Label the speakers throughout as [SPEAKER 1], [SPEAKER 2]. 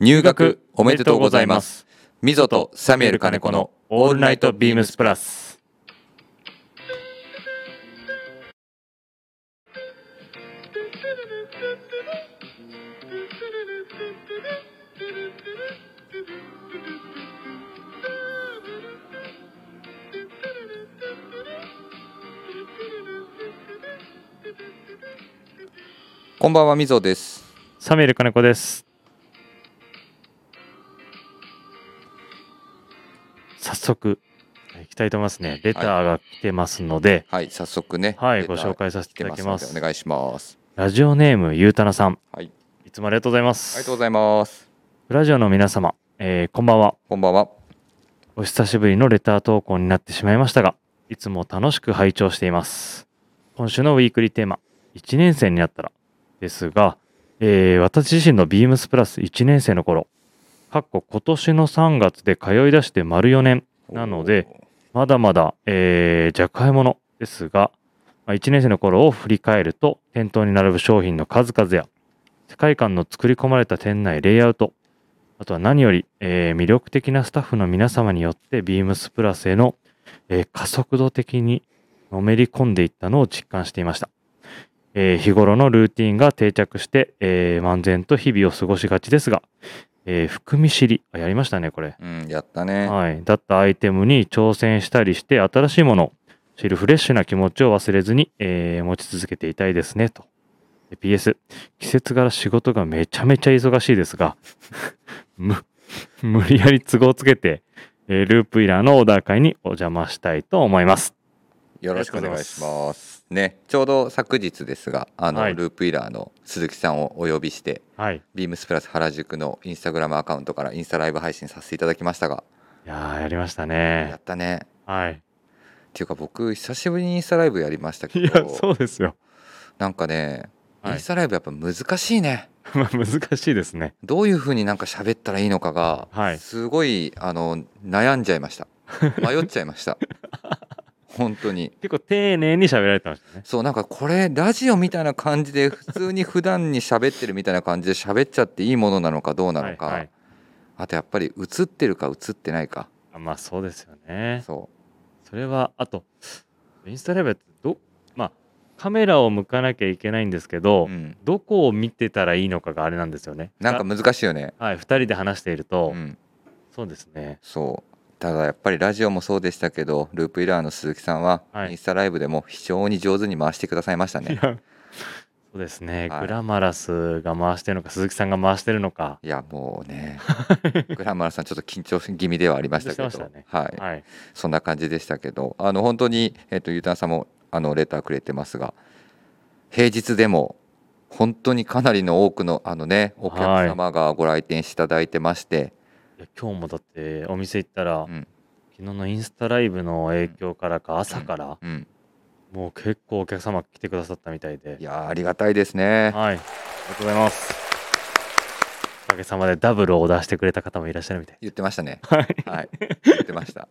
[SPEAKER 1] 入学おめでとうございます。みぞとサミュエル金子のオールナイトビームスプラス。こんばんはみぞです。
[SPEAKER 2] サミュエル金子です。早速、はい行きたいと思いますね。レターが来てますので、
[SPEAKER 1] はい、早速ね。
[SPEAKER 2] は
[SPEAKER 1] レ
[SPEAKER 2] い、
[SPEAKER 1] タ
[SPEAKER 2] ご
[SPEAKER 1] ー
[SPEAKER 2] 紹介させ
[SPEAKER 1] 来
[SPEAKER 2] て
[SPEAKER 1] て
[SPEAKER 2] いた
[SPEAKER 1] ますの
[SPEAKER 2] だきます。
[SPEAKER 1] でお願いします。
[SPEAKER 2] ラジオネーム、ゆうたなさん。
[SPEAKER 1] はい、
[SPEAKER 2] いつもありがとうございます。
[SPEAKER 1] ありがとうございます。
[SPEAKER 2] ラジオの皆様、えーこんばんは。
[SPEAKER 1] こんばんは。
[SPEAKER 2] お久しぶりのレター投稿になってしまいましたが、いつも楽しく拝聴しています。今週のウィークリーテーマ、1年生になったら、ですが、えー私自身のビームスプラス1年生の頃、かっこ今年の3月で通い出して丸4年、なので、まだまだ、えー、じゃがいものですが、まあ、1年生の頃を振り返ると、店頭に並ぶ商品の数々や、世界観の作り込まれた店内レイアウト、あとは何より、えー魅力的なスタッフの皆様によって、ビームスプラスへの、えー加速度的にのめり込んでいったのを実感していました。えー日頃のルーティンが定着して、えー漫然と日々を過ごしがちですが、えー含み知り、あやりましたね、これ。
[SPEAKER 1] うん、やったね。
[SPEAKER 2] はい、だったアイテムに挑戦したりして新しいものを知るフレッシュな気持ちを忘れずに、えー持ち続けていたいですねと。で PS 季節柄仕事がめちゃめちゃ忙しいですが む 無理やり都合つけて、えーループイラーのオーダー会にお邪魔したいと思います。
[SPEAKER 1] よろしくお願いし
[SPEAKER 2] ありがとうござい
[SPEAKER 1] ま。
[SPEAKER 2] ます
[SPEAKER 1] ね、ちょうど昨日ですが、あの、
[SPEAKER 2] はい
[SPEAKER 1] ループイラーの鈴木さんをお呼びして、
[SPEAKER 2] はい、
[SPEAKER 1] ビームスプラス原宿のインスタグラムアカウントからインスタライブ配信させていただきましたが、
[SPEAKER 2] いやーやりました
[SPEAKER 1] や
[SPEAKER 2] ね
[SPEAKER 1] っ。たね。
[SPEAKER 2] はい、
[SPEAKER 1] っていうか僕久しぶりにインスタライブやりましたけ
[SPEAKER 2] いや
[SPEAKER 1] ど、
[SPEAKER 2] そうですよ。
[SPEAKER 1] なんかね、
[SPEAKER 2] はい
[SPEAKER 1] インスタライブやっぱ難しいね。
[SPEAKER 2] まあ難しいですね。
[SPEAKER 1] どういう風になんか喋ったらいいのかが、
[SPEAKER 2] はい
[SPEAKER 1] すごいあの悩んじゃいました。迷っちゃいま した。本当に。
[SPEAKER 2] 結構丁寧に喋られてましたね。
[SPEAKER 1] そうなんかこれラジオみたいな感じで普通に普段に喋ってるみたいな感じで喋っちゃっていいものなのかどうなのか、
[SPEAKER 2] はいはい
[SPEAKER 1] あとやっぱり映ってるか映ってないか
[SPEAKER 2] あまあそうですよね。
[SPEAKER 1] そ
[SPEAKER 2] それはあとインスタライブやってどまあカメラを向かなきゃいけないんですけ
[SPEAKER 1] う、
[SPEAKER 2] ど、
[SPEAKER 1] うん、
[SPEAKER 2] どこを見てたらいいのかがあれなんですよね。
[SPEAKER 1] なんか難しいよね、
[SPEAKER 2] がはい2人で話していると、
[SPEAKER 1] うん、
[SPEAKER 2] そうですね
[SPEAKER 1] そうただやっぱりラジオもそうでしたけどループイラーの鈴木さんは
[SPEAKER 2] はい
[SPEAKER 1] インスタライブでも非常に上手に回してくださいましたね、
[SPEAKER 2] いやそうですね、
[SPEAKER 1] はい
[SPEAKER 2] グラマラスが回してるのか鈴木さんが回してるのか、
[SPEAKER 1] いやもう ねグラマラさんちょっと緊張し気味ではありましたけど
[SPEAKER 2] 緊張してましたね
[SPEAKER 1] はい、
[SPEAKER 2] はい、
[SPEAKER 1] そんな感じでしたけどあの本当に、えっとゆうたんさんもあのレターくれてますが平日でも本当にかなりの多くのあの、ね、お客様がご来店していただいてまして、
[SPEAKER 2] いや今日もだってお店行ったら、
[SPEAKER 1] うん
[SPEAKER 2] 昨日のインスタライブの影響からか朝から、
[SPEAKER 1] うん、
[SPEAKER 2] もう結構お客様来てくださったみたいで
[SPEAKER 1] いやーありがたいですね。
[SPEAKER 2] はいありがとうございますおかげさまでダブルを出してくれた方もいらっしゃるみたい
[SPEAKER 1] 言ってましたね。
[SPEAKER 2] はい。
[SPEAKER 1] はい、言ってました。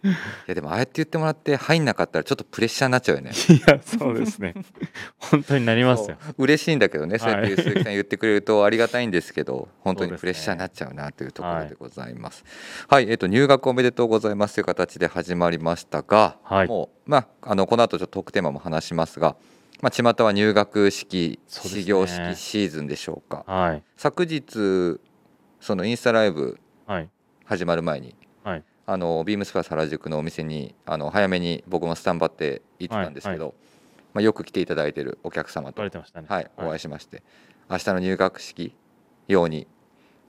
[SPEAKER 1] いやでもああやって言ってもらって入んなかったらちょっとプレッシャーになっちゃうよね。
[SPEAKER 2] いや、そうです ね。本当になりますよ。
[SPEAKER 1] そう嬉しいんだけどね、そうやって
[SPEAKER 2] はい
[SPEAKER 1] 鈴木さん言ってくれるとありがたいんですけど、本当に
[SPEAKER 2] そうですね
[SPEAKER 1] プレッシャーになっちゃうなというところでございます。はい、えっ、と入学おめでとうございますという形で始まりましたが、
[SPEAKER 2] はい
[SPEAKER 1] もうまああのこの後ちょっとトークテーマも話しますが、まあ巷は入学式、
[SPEAKER 2] そうですね
[SPEAKER 1] 始業式シーズンでしょうか。
[SPEAKER 2] はい。
[SPEAKER 1] 昨日そのインスタライブ
[SPEAKER 2] はい。
[SPEAKER 1] 始まる前に、
[SPEAKER 2] はい
[SPEAKER 1] あのビームスプラス原宿のお店にあの早めに僕もスタンバって行ってたんですけど、まあ、よく来ていただいてるお客様
[SPEAKER 2] 言わ
[SPEAKER 1] と、
[SPEAKER 2] れてましたね。
[SPEAKER 1] はい、お会いしまして、明日の入学式用に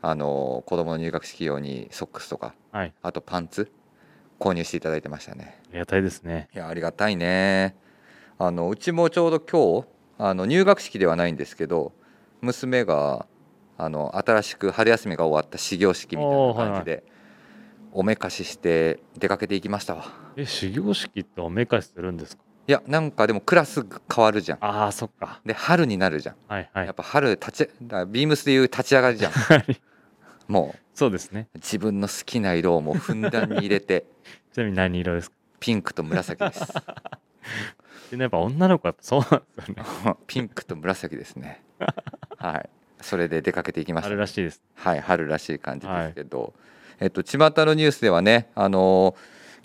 [SPEAKER 1] あの子供の入学式用にソックスとか
[SPEAKER 2] はい。
[SPEAKER 1] あとパンツ購入していただいてましたね
[SPEAKER 2] ありがたいですね。
[SPEAKER 1] いやありがたいねあのうちもちょうど今日あの入学式ではないんですけど娘があの新しく春休みが終わった始業式みたいな感じでおめかしして出かけていきましたわ
[SPEAKER 2] え、始業式っておめかしするんですか
[SPEAKER 1] いやなんかでもクラス変わるじゃん
[SPEAKER 2] ああ、そっか。
[SPEAKER 1] で春になるじゃん
[SPEAKER 2] はいは
[SPEAKER 1] やっ
[SPEAKER 2] い。
[SPEAKER 1] ぱ春立ちだビームスでいう立ち上がりじゃんも
[SPEAKER 2] そうですね。
[SPEAKER 1] う自分の好きな色をもうふんだんに入れて
[SPEAKER 2] ちなみに何色ですか
[SPEAKER 1] ピンクと紫です
[SPEAKER 2] でやっぱ女の子はやっぱそうなんですよね。
[SPEAKER 1] ピンクと紫ですねはいそれで出かけていきまし
[SPEAKER 2] あ
[SPEAKER 1] た
[SPEAKER 2] るらしいです。
[SPEAKER 1] はい、春らしい感じですけど、えっと巷のニュースではね、あの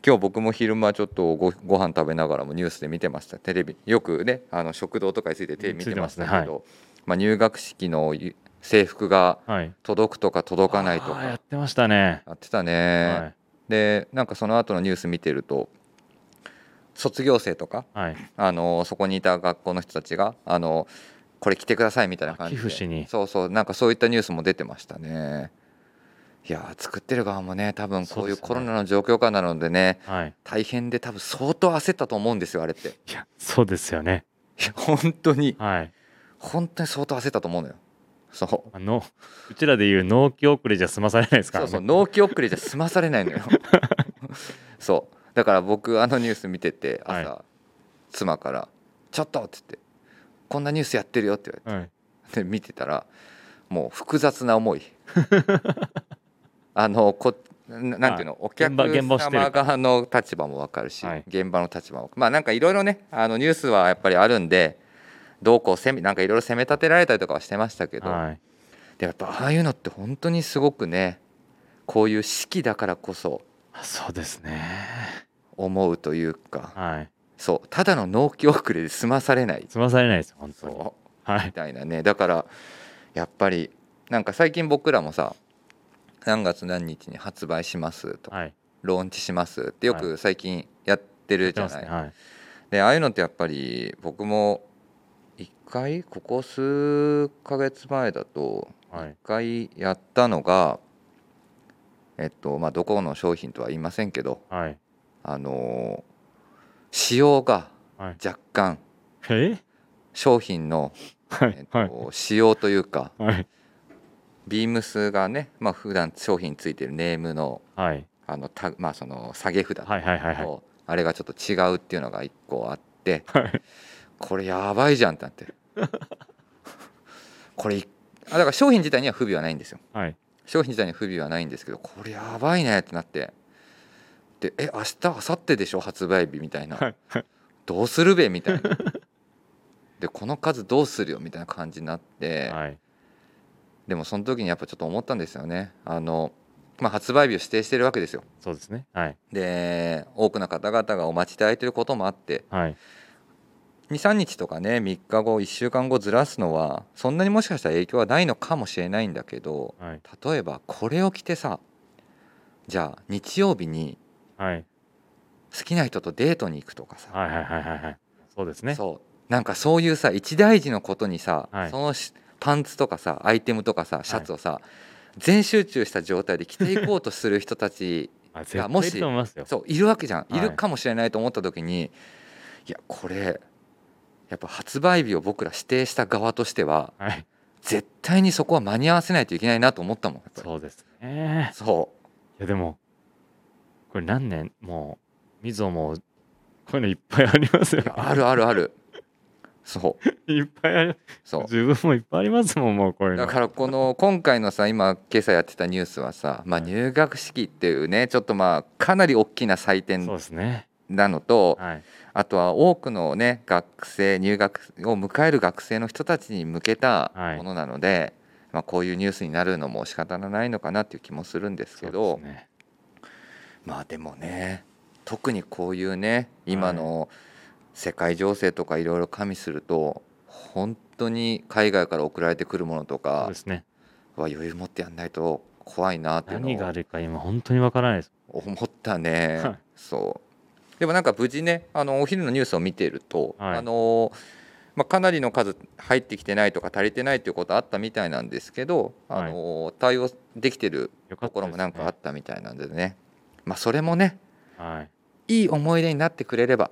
[SPEAKER 1] ー今日僕も昼間ちょっとごご飯食べながらもニュースで見てましたテレビよくねあの食堂とかについてテレビ見てましたけど
[SPEAKER 2] ついてますね
[SPEAKER 1] まあ、入学式のゆ制服が
[SPEAKER 2] はい。
[SPEAKER 1] 届くとか届かないと
[SPEAKER 2] あーや
[SPEAKER 1] か
[SPEAKER 2] ってましたね。
[SPEAKER 1] やってたね、
[SPEAKER 2] はい
[SPEAKER 1] でなんかその後のニュース見てると卒業生とか、
[SPEAKER 2] はい。
[SPEAKER 1] あのそこにいた学校の人たちがあのこれ来てくださいみたいな感じで
[SPEAKER 2] あ寄付しに
[SPEAKER 1] そうそうなんかそういったニュースも出てましたねいやー作ってる側もね多分こうい
[SPEAKER 2] そう
[SPEAKER 1] う
[SPEAKER 2] ですね
[SPEAKER 1] コロナの状況下なのでね
[SPEAKER 2] はい。
[SPEAKER 1] 大変で多分相当焦ったと思うんですよあれってい
[SPEAKER 2] いや、そうですよね。
[SPEAKER 1] や本当に
[SPEAKER 2] はい。
[SPEAKER 1] 本当に相当焦ったと思うのよそう
[SPEAKER 2] あの、うちらでいう納期遅れじゃ済まされないですから
[SPEAKER 1] そう
[SPEAKER 2] ね。
[SPEAKER 1] そう納期遅れじゃ済まされないの よそうだから僕あのニュース見てて朝、
[SPEAKER 2] は
[SPEAKER 1] 妻から「ちょっと!」っつって「こんなニュースやってるよ」って言われて
[SPEAKER 2] は
[SPEAKER 1] で
[SPEAKER 2] い。
[SPEAKER 1] 見てたらもう複雑な思いあのこななんていうのお客
[SPEAKER 2] 現場現場をしてる
[SPEAKER 1] 様側の立場も分かるし、
[SPEAKER 2] はい
[SPEAKER 1] 現場の立場もまあなんかいろいろねあのニュースはやっぱりあるんでどうこうせめなんかいろいろ攻め立てられたりとかはしてましたけど、
[SPEAKER 2] はい。
[SPEAKER 1] でもやっぱああいうのって本当にすごくねこういう式だからこそ
[SPEAKER 2] あそうですね。
[SPEAKER 1] 思うというか
[SPEAKER 2] はい。
[SPEAKER 1] そうただの納期遅れで済まされない
[SPEAKER 2] 済まされないですよ、本当に。
[SPEAKER 1] そう
[SPEAKER 2] は
[SPEAKER 1] み
[SPEAKER 2] い。
[SPEAKER 1] たいなねだからやっぱりなんか最近僕らもさ何月何日に発売しますとか、
[SPEAKER 2] はい。
[SPEAKER 1] ローンチしますってよく最近やってるじゃ
[SPEAKER 2] や
[SPEAKER 1] ない、
[SPEAKER 2] ってますねはい。
[SPEAKER 1] でああいうのってやっぱり僕も一回ここ数ヶ月前だと
[SPEAKER 2] はい
[SPEAKER 1] 一回やったのが、えっとまあどこの商品とは言いませんけど
[SPEAKER 2] はい。
[SPEAKER 1] あのー仕様が
[SPEAKER 2] はい。
[SPEAKER 1] 若干
[SPEAKER 2] え
[SPEAKER 1] 商品の、
[SPEAKER 2] は
[SPEAKER 1] えっ
[SPEAKER 2] い。はい。
[SPEAKER 1] と、仕様というか
[SPEAKER 2] はい。
[SPEAKER 1] ビームスがね、まあ普段商品についてるネームの
[SPEAKER 2] はい。
[SPEAKER 1] あのた、まあ、その下げ札と、
[SPEAKER 2] はい。はい。はい。はい。
[SPEAKER 1] あれがちょっと違うっていうのが1個あって、これやばいじゃんってな ってるこれいあだから商品自体には不備はないんですよ
[SPEAKER 2] はい。
[SPEAKER 1] 商品自体には不備はないんですけどこれやばいねってなってでえ明日明後日でしょ発売日みたいな、
[SPEAKER 2] はい。
[SPEAKER 1] どうするべみたいなでこの数どうするよみたいな感じになって、
[SPEAKER 2] はい。
[SPEAKER 1] でもその時にやっぱちょっと思ったんですよねあの、まあ、発売日を指定してるわけですよ
[SPEAKER 2] そうですね。はい。
[SPEAKER 1] で多くの方々がお待ちいただいてることもあって
[SPEAKER 2] はい。
[SPEAKER 1] 23日とかね3日後1週間後ずらすのはそんなにもしかしたら影響はないのかもしれないんだけど
[SPEAKER 2] はい。
[SPEAKER 1] 例えばこれを着てさじゃあ日曜日に
[SPEAKER 2] はい。
[SPEAKER 1] 好きな人とデートに行くとかさ、
[SPEAKER 2] はい。はい。はい。はい。はい。そうですね。
[SPEAKER 1] そうなんかそういうさ一大事のことにさ、
[SPEAKER 2] はい
[SPEAKER 1] そのしパンツとかさアイテムとかさシャツをさ、全集中した状態で着ていこうとする人たち
[SPEAKER 2] あ、絶
[SPEAKER 1] も
[SPEAKER 2] 対
[SPEAKER 1] し
[SPEAKER 2] いると思いますよ。
[SPEAKER 1] そういるわけじゃん
[SPEAKER 2] はい
[SPEAKER 1] いるかもしれないと思った時に、い、やこれやっぱ発売日を僕ら指定した側としては
[SPEAKER 2] はい。
[SPEAKER 1] 絶対にそこは間に合わせないといけないなと思ったもんやっぱり
[SPEAKER 2] そうですね。
[SPEAKER 1] そ
[SPEAKER 2] いやでもこれ何年もうみぞもこういうのいっぱいありますよ
[SPEAKER 1] ういやあるあるある そう
[SPEAKER 2] いっぱいある
[SPEAKER 1] そう
[SPEAKER 2] 自分もいっぱいありますもんもうこういうの
[SPEAKER 1] だからこの今回のさ今今朝やってたニュースはさ、まあ、
[SPEAKER 2] はい
[SPEAKER 1] 入学式っていうねちょっとまあかなり大きな祭典
[SPEAKER 2] そうですね
[SPEAKER 1] なのと
[SPEAKER 2] はい
[SPEAKER 1] あとは多くのね学生入学を迎える学生の人たちに向けた
[SPEAKER 2] はい
[SPEAKER 1] ものなので、まあ、こういうニュースになるのも仕方がないのかなっていう気もするんですけ
[SPEAKER 2] そ
[SPEAKER 1] ど
[SPEAKER 2] うですね
[SPEAKER 1] まあでもね特にこういうね今の世界情勢とかいろいろ加味すると本当に海外から送られてくるものと
[SPEAKER 2] そう
[SPEAKER 1] か
[SPEAKER 2] ですね
[SPEAKER 1] は余裕持ってやんないと怖いなっていう
[SPEAKER 2] 何が
[SPEAKER 1] の
[SPEAKER 2] あ
[SPEAKER 1] を
[SPEAKER 2] るか今本当にわからないです
[SPEAKER 1] 思った
[SPEAKER 2] は
[SPEAKER 1] ね
[SPEAKER 2] い。
[SPEAKER 1] そうでもなんか無事ねあのお昼のニュースを見てると、
[SPEAKER 2] はい
[SPEAKER 1] あのまあ、かなりの数入ってきてないとか足りてないということあったみたいなんですけど、あの対応できてる
[SPEAKER 2] よか
[SPEAKER 1] と
[SPEAKER 2] っ
[SPEAKER 1] ころ
[SPEAKER 2] たです
[SPEAKER 1] も
[SPEAKER 2] ね
[SPEAKER 1] なんかあったみたいなんでねまあ、それもね
[SPEAKER 2] はい
[SPEAKER 1] いい思い出になってくれれ ば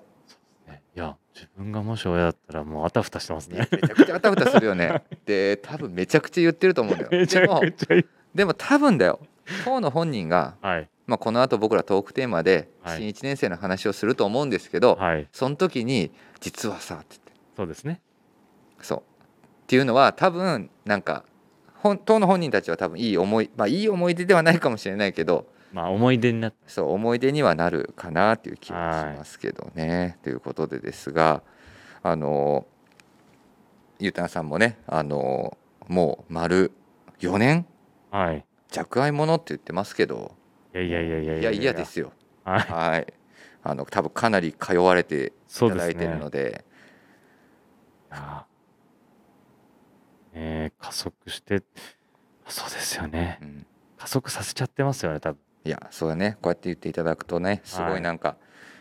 [SPEAKER 2] ねいや自分がもし親だったらもうあたふたしてます
[SPEAKER 1] いや
[SPEAKER 2] ね
[SPEAKER 1] めちゃくちゃあたふたするよねで多分めちゃくちゃ言ってると思うんだよ
[SPEAKER 2] めちゃ
[SPEAKER 1] で
[SPEAKER 2] く
[SPEAKER 1] も
[SPEAKER 2] ちゃいい
[SPEAKER 1] でも多分だよ当の本人が
[SPEAKER 2] はい
[SPEAKER 1] まあ、この後僕らトークテーマで
[SPEAKER 2] はい
[SPEAKER 1] 新1年生の話をすると思うんですけど、
[SPEAKER 2] はい
[SPEAKER 1] その時に「実はさ」って言って
[SPEAKER 2] そうですね
[SPEAKER 1] そうっていうのは多分なんか本当の本人たちは多分いい思いまあいい思い出ではないかもしれないけど
[SPEAKER 2] まあ思い出になっ
[SPEAKER 1] そう思い出にはなるかなっていう気はしますけどね。ということでですがあのゆうたんさんもねあのもう丸4年
[SPEAKER 2] はい。
[SPEAKER 1] 弱愛ものって言ってますけど
[SPEAKER 2] いやいやいやいや
[SPEAKER 1] いやいやですよ
[SPEAKER 2] はい。
[SPEAKER 1] はいあの多分かなり通われていた
[SPEAKER 2] そうです
[SPEAKER 1] だ
[SPEAKER 2] ね
[SPEAKER 1] いてるので
[SPEAKER 2] いやーねえ加速して、そうですよね。
[SPEAKER 1] うん
[SPEAKER 2] 加速させちゃってますよね、多分。
[SPEAKER 1] いやそうだねこうやって言っていただくとねす
[SPEAKER 2] は
[SPEAKER 1] ごい
[SPEAKER 2] い
[SPEAKER 1] なんか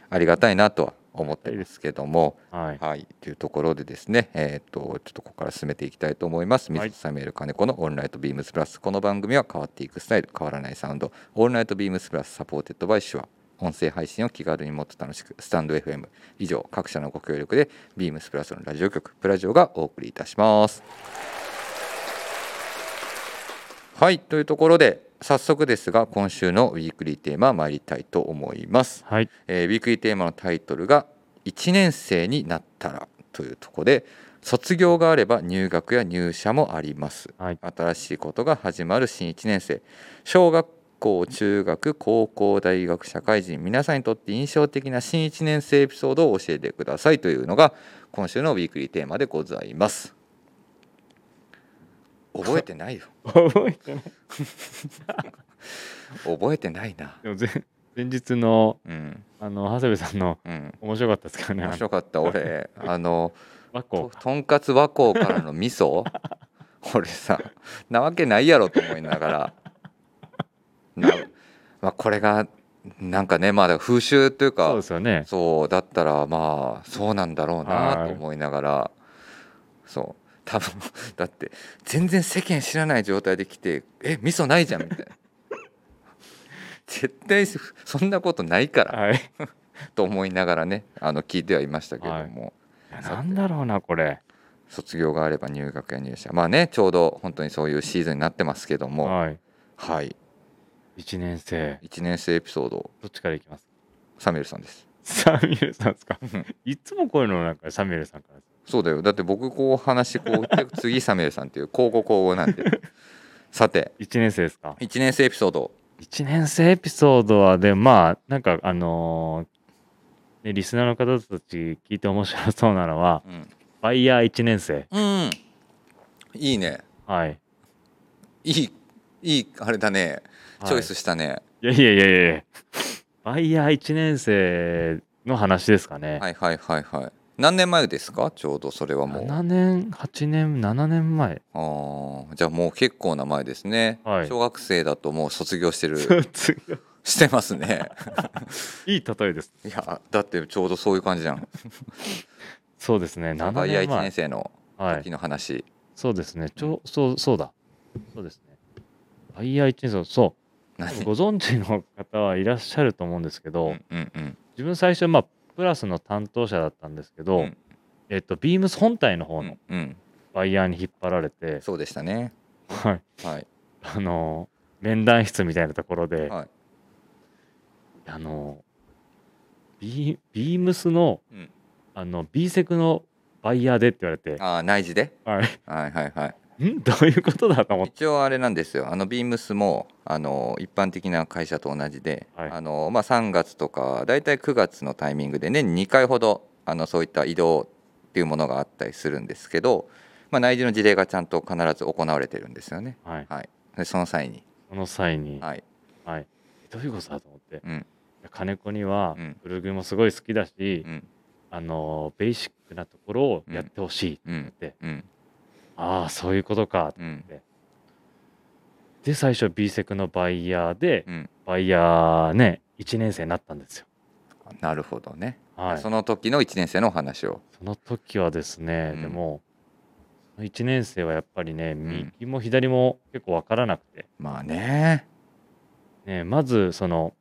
[SPEAKER 1] ありがたいなとは思ってますけども、
[SPEAKER 2] はい。
[SPEAKER 1] はい、というところでですね、えー、とちょっとここから進めていきたいと思います。
[SPEAKER 2] はい
[SPEAKER 1] 水サミュエル金子のオンライトビームスプラス。この番組は変わっていくスタイル、変わらないサウンド、オンライトビームスプラスサポーテッドバイシュア。音声配信を気軽にもっと楽しく、スタンド FM 以上、各社のご協力で、ビームスプラスのラジオ局、プラジオがお送りいたします。はい、というところで、早速ですが、今週のウィークリーテーマ、参りたいと思います。
[SPEAKER 2] はい。
[SPEAKER 1] えーウィークリーテーマのタイトルが「1年生になったら」というところで卒業があれば入学や入社もあります
[SPEAKER 2] はい。
[SPEAKER 1] 新しいことが始まる新1年生小学校中学高校大学社会人皆さんにとって印象的な新1年生エピソードを教えてくださいというのが今週のウィークリーテーマでございます覚えてないよ
[SPEAKER 2] 覚えてない。
[SPEAKER 1] 覚えてないな
[SPEAKER 2] でも前、前日の、
[SPEAKER 1] うん
[SPEAKER 2] あの、長谷部さんの、
[SPEAKER 1] うん
[SPEAKER 2] 面白かったですからね。
[SPEAKER 1] 面白かった俺あの
[SPEAKER 2] あの和光
[SPEAKER 1] ととんかつ和光からの味 噌俺さなわけないやろと思いながらな、まあ、これがなんかねまあだから風習というか
[SPEAKER 2] そうですよね。
[SPEAKER 1] そうだったらまあそうなんだろう
[SPEAKER 2] は
[SPEAKER 1] ないと思いながらそう多分だって全然世間知らない状態で来て「え味噌ないじゃん」みたいな絶対そそんなことないから、
[SPEAKER 2] はい。
[SPEAKER 1] と思いながらねあの聞いてはいましたけれども。
[SPEAKER 2] いやなんだろうな、これ。
[SPEAKER 1] 卒業があれば入学や入社まあねちょうど本当にそういうシーズンになってますけども
[SPEAKER 2] はい。
[SPEAKER 1] はい
[SPEAKER 2] 一年生。
[SPEAKER 1] 1年生エピソード
[SPEAKER 2] どっちからいきます
[SPEAKER 1] サミュエルさんです
[SPEAKER 2] サミュエルさんですか
[SPEAKER 1] ん。
[SPEAKER 2] いつもこういうのなんかサミュエルさんからです。
[SPEAKER 1] そうだよだって僕こう話こう言って次サミュエルさんっていう交互交互なん でさて
[SPEAKER 2] 一年生ですか
[SPEAKER 1] 1年生エピソード
[SPEAKER 2] 一年生エピソードはでもまあなんかあのーねリスナーの方たち聞いて面白そうなのは
[SPEAKER 1] うん、
[SPEAKER 2] ファイヤー一年生
[SPEAKER 1] うん、いいね
[SPEAKER 2] はい
[SPEAKER 1] いいいいあれだねチョイスしたね、
[SPEAKER 2] はい、いやいやいやいやファイヤー一年生の話ですかね、
[SPEAKER 1] はい、はいはいはい何年前ですかちょうどそれはもう
[SPEAKER 2] 7年8年7年前
[SPEAKER 1] あーじゃあもう結構な前ですね、
[SPEAKER 2] はい
[SPEAKER 1] 小学生だともう卒業して る
[SPEAKER 2] 卒業
[SPEAKER 1] してますね
[SPEAKER 2] いい例えです
[SPEAKER 1] いやだってちょうどそういう感じじゃん。
[SPEAKER 2] そうですね
[SPEAKER 1] バ
[SPEAKER 2] 7
[SPEAKER 1] イヤー1
[SPEAKER 2] 年前
[SPEAKER 1] 年生の
[SPEAKER 2] はい
[SPEAKER 1] 時の話。
[SPEAKER 2] そうですねちょそうそうだそうですねファイヤー一年生そう多分
[SPEAKER 1] 何
[SPEAKER 2] ご存知の方はいらっしゃると思うんですけど、
[SPEAKER 1] うんうんうん
[SPEAKER 2] 自分最初、まあ、プラスの担当者だったんですけど、
[SPEAKER 1] うん
[SPEAKER 2] えっと、ビームス本体の方
[SPEAKER 1] う
[SPEAKER 2] の
[SPEAKER 1] んうん
[SPEAKER 2] バイヤーに引っ張られて、
[SPEAKER 1] そうでしたね。
[SPEAKER 2] はい、
[SPEAKER 1] はい
[SPEAKER 2] あのー面談室みたいなところで、
[SPEAKER 1] はい
[SPEAKER 2] あのービービームスの
[SPEAKER 1] うん
[SPEAKER 2] あの B セクのバイヤーでって言われて、
[SPEAKER 1] あー内示で。
[SPEAKER 2] は
[SPEAKER 1] はいはいはい。
[SPEAKER 2] い、ん どういうことだと思って、
[SPEAKER 1] 一応あれなんですよ。あのビームスもあの一般的な会社と同じで、
[SPEAKER 2] はい
[SPEAKER 1] あのまあ3月とかだいたい9月のタイミングで年に2回ほどあのそういった移動っていうものがあったりするんですけど、まあ内示の事例がちゃんと必ず行われてるんですよね。
[SPEAKER 2] はい、
[SPEAKER 1] はい。でその際に、
[SPEAKER 2] その際に、はい
[SPEAKER 1] はい。
[SPEAKER 2] どういうことだと思って、
[SPEAKER 1] うん
[SPEAKER 2] いや金子には
[SPEAKER 1] うん
[SPEAKER 2] 古着もすごい好きだし、
[SPEAKER 1] うん
[SPEAKER 2] あのーベーシックなところをやってほしいって
[SPEAKER 1] う
[SPEAKER 2] 言っ
[SPEAKER 1] ん
[SPEAKER 2] て、
[SPEAKER 1] うん
[SPEAKER 2] ああそういうことか
[SPEAKER 1] うん
[SPEAKER 2] で最初 B セクのバイヤーで、
[SPEAKER 1] うん。
[SPEAKER 2] バイヤーね1年生になったんですよ
[SPEAKER 1] なるほどね。
[SPEAKER 2] はいそ
[SPEAKER 1] そ
[SPEAKER 2] の
[SPEAKER 1] の時の1年生のお話を。
[SPEAKER 2] 時はですね、
[SPEAKER 1] うん
[SPEAKER 2] でも1年生はやっぱりね
[SPEAKER 1] ん
[SPEAKER 2] 右も左も結構分からなくて、
[SPEAKER 1] まあね。
[SPEAKER 2] ね、まずその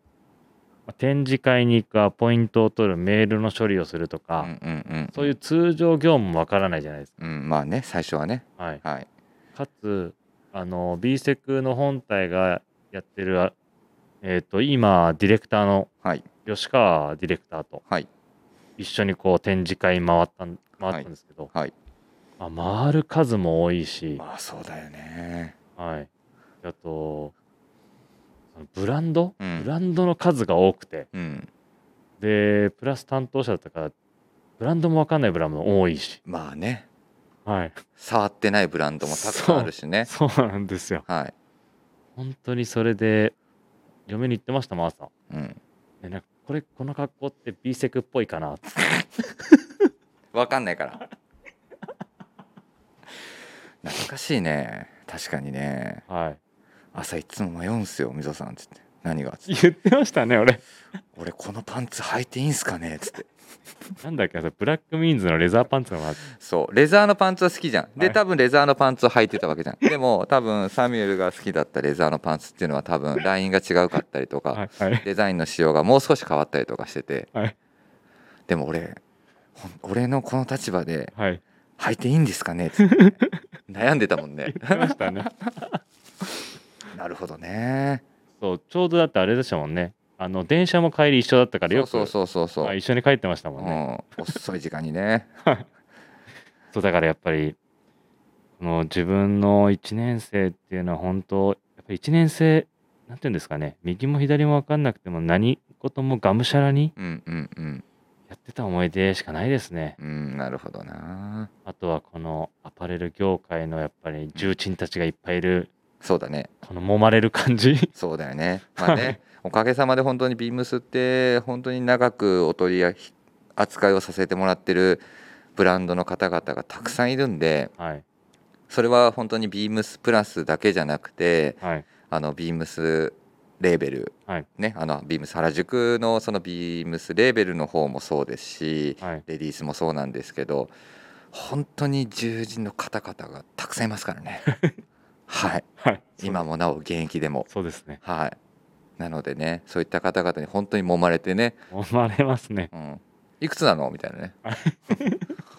[SPEAKER 2] まあ展示会に行くアポイントを取るメールの処理をすると
[SPEAKER 1] う
[SPEAKER 2] か、
[SPEAKER 1] んうんうん。
[SPEAKER 2] そういう通常業務も分からないじゃないです
[SPEAKER 1] うん、まあね、最初はね。
[SPEAKER 2] か、はい、
[SPEAKER 1] はい。
[SPEAKER 2] かつあの B セクの本体がやってるあえっ、と今ディレクターの
[SPEAKER 1] はい。
[SPEAKER 2] 吉川ディレクターと
[SPEAKER 1] はい。
[SPEAKER 2] 一緒にこう展示会回ったん回ったんですけど、
[SPEAKER 1] はい。
[SPEAKER 2] まあ、回る数も多いし、
[SPEAKER 1] まあそうだよね。
[SPEAKER 2] はい、あとあのブランド、
[SPEAKER 1] うん
[SPEAKER 2] ブランドの数が多くて
[SPEAKER 1] うん。
[SPEAKER 2] でプラス担当者だったからブランドも分かんないブランドも多いし
[SPEAKER 1] まあね。
[SPEAKER 2] はい。
[SPEAKER 1] 触ってないブランドもたくさんあるしね
[SPEAKER 2] そうなんですよ。
[SPEAKER 1] はい、
[SPEAKER 2] 本当にそれで、嫁に言ってましたもん、朝。
[SPEAKER 1] うん、
[SPEAKER 2] ねなんかこれ、この格好って B セクっぽいかなって。
[SPEAKER 1] 分かんないから 懐かしいね確かにね
[SPEAKER 2] はい。
[SPEAKER 1] 朝いつも迷うんすよ溝さんっつって何がっつって
[SPEAKER 2] 言ってましたね、俺。
[SPEAKER 1] 俺このパンツ履いていいんすかねっつって
[SPEAKER 2] なんだっけ、それブラックミーンズのレザーパンツのもらって
[SPEAKER 1] そうレザーのパンツは好きじゃんで
[SPEAKER 2] はい
[SPEAKER 1] 多分レザーのパンツを履いてたわ けじゃんでも多分サミュエルが好きだったレザーのパンツっていうのは多分ラインが違うかったりとか、
[SPEAKER 2] はい。はい。
[SPEAKER 1] デザインの仕様がもう少し変わったりとかしてて
[SPEAKER 2] はい。
[SPEAKER 1] でも俺ほん俺のこの立場で
[SPEAKER 2] はい。
[SPEAKER 1] 履いていいんですか ねっつって悩んでたもんね
[SPEAKER 2] 言ってましたね。
[SPEAKER 1] なるほどね
[SPEAKER 2] そう、ちょうどだってあれでしたもんね。あの、電車も帰り一緒だったからよく、
[SPEAKER 1] そうそうそうそうそ
[SPEAKER 2] あ
[SPEAKER 1] う、
[SPEAKER 2] 一緒に帰ってましたもんね。
[SPEAKER 1] うん、遅い時間にね
[SPEAKER 2] そうだからやっぱりこの自分の1年生っていうのは本当やっぱり1年生なんていうんですかね右も左も分かんなくても何事もがむしゃらに
[SPEAKER 1] うんうんうん
[SPEAKER 2] やってた思い出しかないですね
[SPEAKER 1] うんなるほどな
[SPEAKER 2] あとはこのアパレル業界のやっぱり重鎮たちがいっぱいいる
[SPEAKER 1] そうだね
[SPEAKER 2] この揉まれる感じ
[SPEAKER 1] そうだよねまあねおかげさまで本当にビームスって本当に長くお取りや扱いをさせてもらってるブランドの方々がたくさんいるんで
[SPEAKER 2] はい
[SPEAKER 1] それは本当にビームスプラスだけじゃなくて
[SPEAKER 2] はい
[SPEAKER 1] あのビームスレーベル、
[SPEAKER 2] はい
[SPEAKER 1] ね、あのビームス原宿のそのビームスレーベルの方もそうですし、
[SPEAKER 2] はい
[SPEAKER 1] レディースもそうなんですけど本当に獣人の方々がたくさんいますから ねはい
[SPEAKER 2] はい
[SPEAKER 1] 今もなお現役でも
[SPEAKER 2] そうですね
[SPEAKER 1] はいなのでねそういった方々に本当に揉まれてね
[SPEAKER 2] 揉まれますね
[SPEAKER 1] うん、いくつなのみたいな ね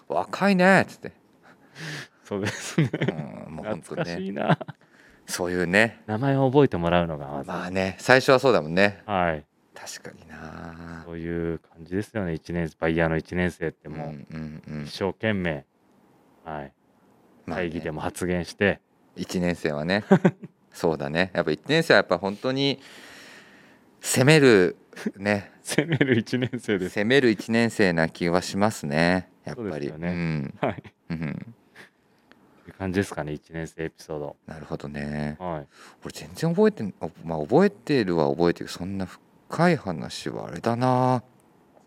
[SPEAKER 1] 若いねっつって、
[SPEAKER 2] そうですね
[SPEAKER 1] うん、もう本当
[SPEAKER 2] 懐かし
[SPEAKER 1] ね
[SPEAKER 2] いな
[SPEAKER 1] そういうね
[SPEAKER 2] 名前を覚えてもらうのがまず、
[SPEAKER 1] まあね最初はそうだもんね
[SPEAKER 2] はい
[SPEAKER 1] 確かにな
[SPEAKER 2] そういう感じですよね1年バイヤーの1年生ってもう、
[SPEAKER 1] うんうんうん
[SPEAKER 2] 一生懸命、はい、
[SPEAKER 1] まあね
[SPEAKER 2] 会議でも発言して、
[SPEAKER 1] 1年生はね そうだねやっぱ1年生はやっぱ本当に攻めるね
[SPEAKER 2] 攻める1年生です。
[SPEAKER 1] 攻める1年生な気はしますねやっ
[SPEAKER 2] そう
[SPEAKER 1] ぱ
[SPEAKER 2] で
[SPEAKER 1] り
[SPEAKER 2] すよね
[SPEAKER 1] ん
[SPEAKER 2] はい、
[SPEAKER 1] うん、
[SPEAKER 2] という感じですかね、1年生エピソード。
[SPEAKER 1] なるほどね
[SPEAKER 2] はい、
[SPEAKER 1] 俺全然覚えてんおまあ覚えてるは覚えてるそんな深い話はあれだな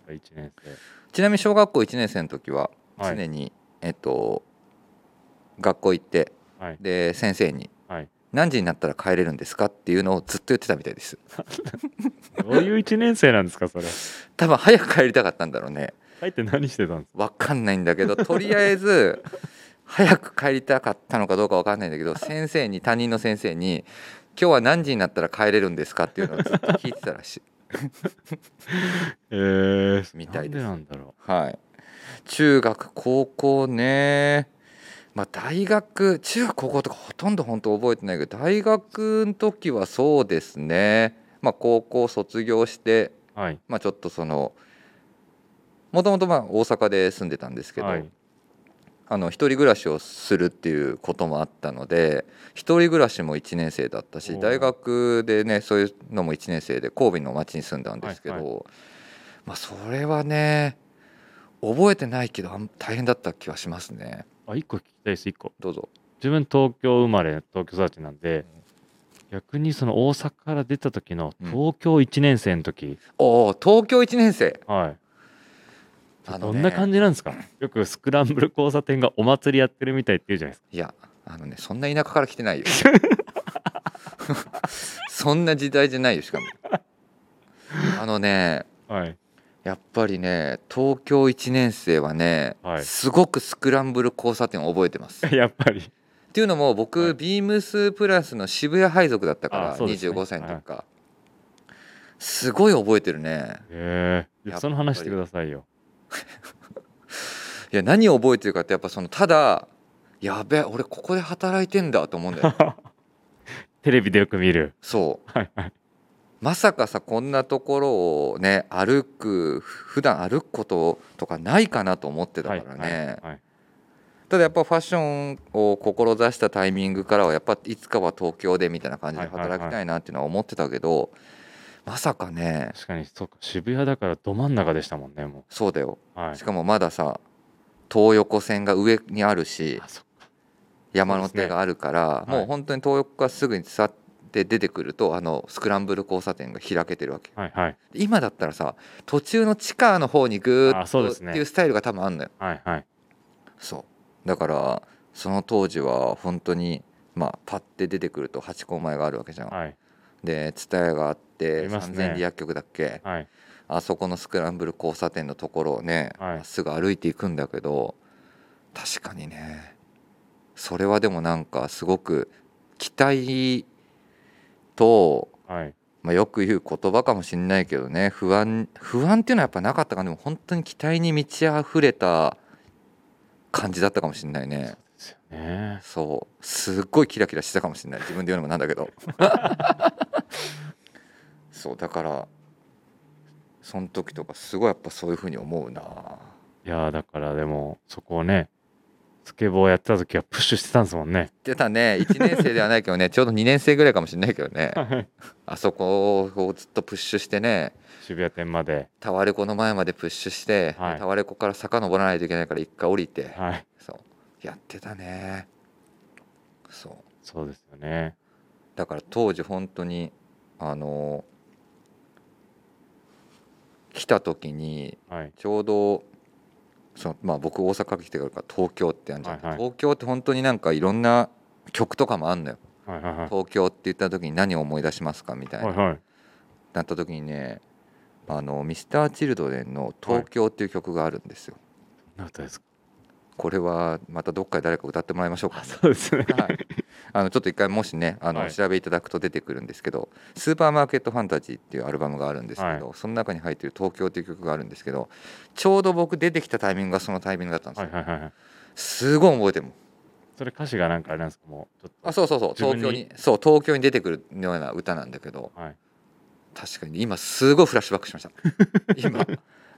[SPEAKER 2] 1年
[SPEAKER 1] ちなみに小学校1年生の時は
[SPEAKER 2] 生。は
[SPEAKER 1] 常
[SPEAKER 2] い、
[SPEAKER 1] に、えっと学校行って
[SPEAKER 2] はい、
[SPEAKER 1] で先生に
[SPEAKER 2] はい。
[SPEAKER 1] 何時になったら帰れるんですかっていうのをずっと言ってたみたいです
[SPEAKER 2] どういう1年生なんですか、それ。
[SPEAKER 1] 多分早く帰りたかったんだろうね
[SPEAKER 2] 帰って何してたんです
[SPEAKER 1] わかんないんだけ どとりあえず早く帰りたかったのかどうかわかんないんだけど先生に他人の先生に「今日は何時になったら帰れるんですか?」っていうのをずっと聞いてたらしい、
[SPEAKER 2] か。えー、
[SPEAKER 1] みたいです
[SPEAKER 2] なんでなんだろ
[SPEAKER 1] はい、中学高校ねまあ大学中学高校とかほとんど本当覚えてないけど大学の時はそうですねまあ高校卒業して
[SPEAKER 2] う。はい、
[SPEAKER 1] まあちょっとそのもともとまあ大阪で住んでたんですけど、
[SPEAKER 2] はい、
[SPEAKER 1] あの一人暮らしをするっていうこともあったので一人暮らしも1年生だった
[SPEAKER 2] お
[SPEAKER 1] し
[SPEAKER 2] う
[SPEAKER 1] 大学でねそういうのも1年生で神戸の町に住んだんですけど、
[SPEAKER 2] はい
[SPEAKER 1] まあ、それはね覚えてないけどあん大変だった気はしますね
[SPEAKER 2] あ、1個聞きたいです、1個。
[SPEAKER 1] どうぞ
[SPEAKER 2] 自分、東京生まれ、東京育ちなんで、逆にその大阪から出た時の
[SPEAKER 1] うん
[SPEAKER 2] 東京1年生の時、
[SPEAKER 1] おお東京1年生
[SPEAKER 2] はい。
[SPEAKER 1] あの
[SPEAKER 2] ど
[SPEAKER 1] ね
[SPEAKER 2] んな感じなんですかよくスクランブル交差点がお祭りやってるみたいって言うじゃないですか。
[SPEAKER 1] いやあのねそんな田舎から来て ないよそんな時代じゃないよしかもあのね
[SPEAKER 2] はい。
[SPEAKER 1] やっぱりね東京1年生はね、
[SPEAKER 2] はい
[SPEAKER 1] すごくスクランブル交差点を覚えて ます。っ
[SPEAKER 2] やっぱり。
[SPEAKER 1] ていうのも僕、
[SPEAKER 2] はい
[SPEAKER 1] ビームスプラスの渋谷配属だったから、
[SPEAKER 2] あそうですね
[SPEAKER 1] 25歳の時か、すごい覚えてるね
[SPEAKER 2] ええ
[SPEAKER 1] やっぱり
[SPEAKER 2] その話してくださいよ。
[SPEAKER 1] いや何を覚えてるかってやっぱそのただやべえ俺ここで働いてんだと思うんだ よ
[SPEAKER 2] テレビでよく見る。
[SPEAKER 1] そう
[SPEAKER 2] はいはい。
[SPEAKER 1] まさかさこんなところをね歩く普段歩くこととかないかなと思ってたからね、
[SPEAKER 2] はいはい
[SPEAKER 1] ただやっぱファッションを志したタイミングからはやっぱいつかは東京でみたいな感じで働きたいなっていうのは思ってたけど、まさかね
[SPEAKER 2] 確かに、そうか、渋谷だからど真ん中でしたもんね、も
[SPEAKER 1] そうだよ
[SPEAKER 2] う。はい
[SPEAKER 1] し。かもまださ東横線が上にあるし
[SPEAKER 2] あそっか
[SPEAKER 1] 山の手があるから、
[SPEAKER 2] そうですね
[SPEAKER 1] も
[SPEAKER 2] は
[SPEAKER 1] う
[SPEAKER 2] い
[SPEAKER 1] 本当に東横がすぐに伝って出てくるとあのスクランブル交差点が開けてるわけ
[SPEAKER 2] はいはい
[SPEAKER 1] 今だったらさ途中の地下の方にグー
[SPEAKER 2] あそう
[SPEAKER 1] ッと
[SPEAKER 2] で
[SPEAKER 1] っ
[SPEAKER 2] すね
[SPEAKER 1] ていうスタイルが多分あるのよ
[SPEAKER 2] はいはい
[SPEAKER 1] そうだからその当時は本当にまあパッて出てくると八甲前があるわけじゃん、
[SPEAKER 2] はい
[SPEAKER 1] で蔦屋があっ
[SPEAKER 2] あ
[SPEAKER 1] て
[SPEAKER 2] ります
[SPEAKER 1] 三
[SPEAKER 2] ね
[SPEAKER 1] 千里薬局だっけ
[SPEAKER 2] はい
[SPEAKER 1] あそこのスクランブル交差点のところをね、
[SPEAKER 2] はい
[SPEAKER 1] まっすぐ歩いていくんだけど確かにねそれはでもなんかすごく期待と、
[SPEAKER 2] はい
[SPEAKER 1] まあ、よく言う言葉かもしれないけどね不安不安っていうのはやっぱなかったかなでも本当に期待に満ち溢れた感じだったかもしれないね。
[SPEAKER 2] ですよね
[SPEAKER 1] そうすっごいキラキラしてたかもしれない自分で言うのもなんだけど そうだからその時とかすごいやっぱそういうふうに思うない
[SPEAKER 2] やーだからでもそこをねスケボーやってた時はプッシュしてたんですもんね
[SPEAKER 1] 言ってたね1年生ではないけどね ちょうど2年生ぐらいかもしれないけどね
[SPEAKER 2] はい
[SPEAKER 1] あそこをずっとプッシュしてね
[SPEAKER 2] 渋谷店まで
[SPEAKER 1] タワレコの前までプッシュして、
[SPEAKER 2] はい
[SPEAKER 1] タワレコから坂登らないといけないから一回降りて、
[SPEAKER 2] はい
[SPEAKER 1] そうやってたねそう
[SPEAKER 2] そうですよね
[SPEAKER 1] だから当時本当にあの来た時に
[SPEAKER 2] はい
[SPEAKER 1] ちょうどその、まあ、僕大阪から来てから東京ってあるじゃん、
[SPEAKER 2] はいはい
[SPEAKER 1] 東京って本当になんかいろんな曲とかもあんのよ
[SPEAKER 2] はいはいはい
[SPEAKER 1] 東京って言った時に何を思い出しますかみたいな、
[SPEAKER 2] はいはい
[SPEAKER 1] なった時にねあのミスターチルドレンの「東京」っていう曲があるんですよ、
[SPEAKER 2] なんかですか
[SPEAKER 1] これはまたどっかで誰か歌ってもらいましょうか、ね、
[SPEAKER 2] そうですね
[SPEAKER 1] はい、あのちょっと一回もしねあの、
[SPEAKER 2] はい
[SPEAKER 1] 調べいただくと出てくるんですけど「スーパーマーケットファンタジー」っていうアルバムがあるんですけど、その中に入ってる「東京」っていう曲があるんですけどちょうど僕出てきたタイミングがそのタイミングだったんです
[SPEAKER 2] はい
[SPEAKER 1] よ、
[SPEAKER 2] はいはいはい
[SPEAKER 1] すごい覚えてるもん
[SPEAKER 2] それ歌詞がなんかあれなんですかもうちょっと
[SPEAKER 1] あそうそうそう
[SPEAKER 2] 自分
[SPEAKER 1] 東
[SPEAKER 2] に
[SPEAKER 1] 京にそう東京に出てくるような歌なんだけど
[SPEAKER 2] はい
[SPEAKER 1] 確かに今すごいフラッシュバックし ました今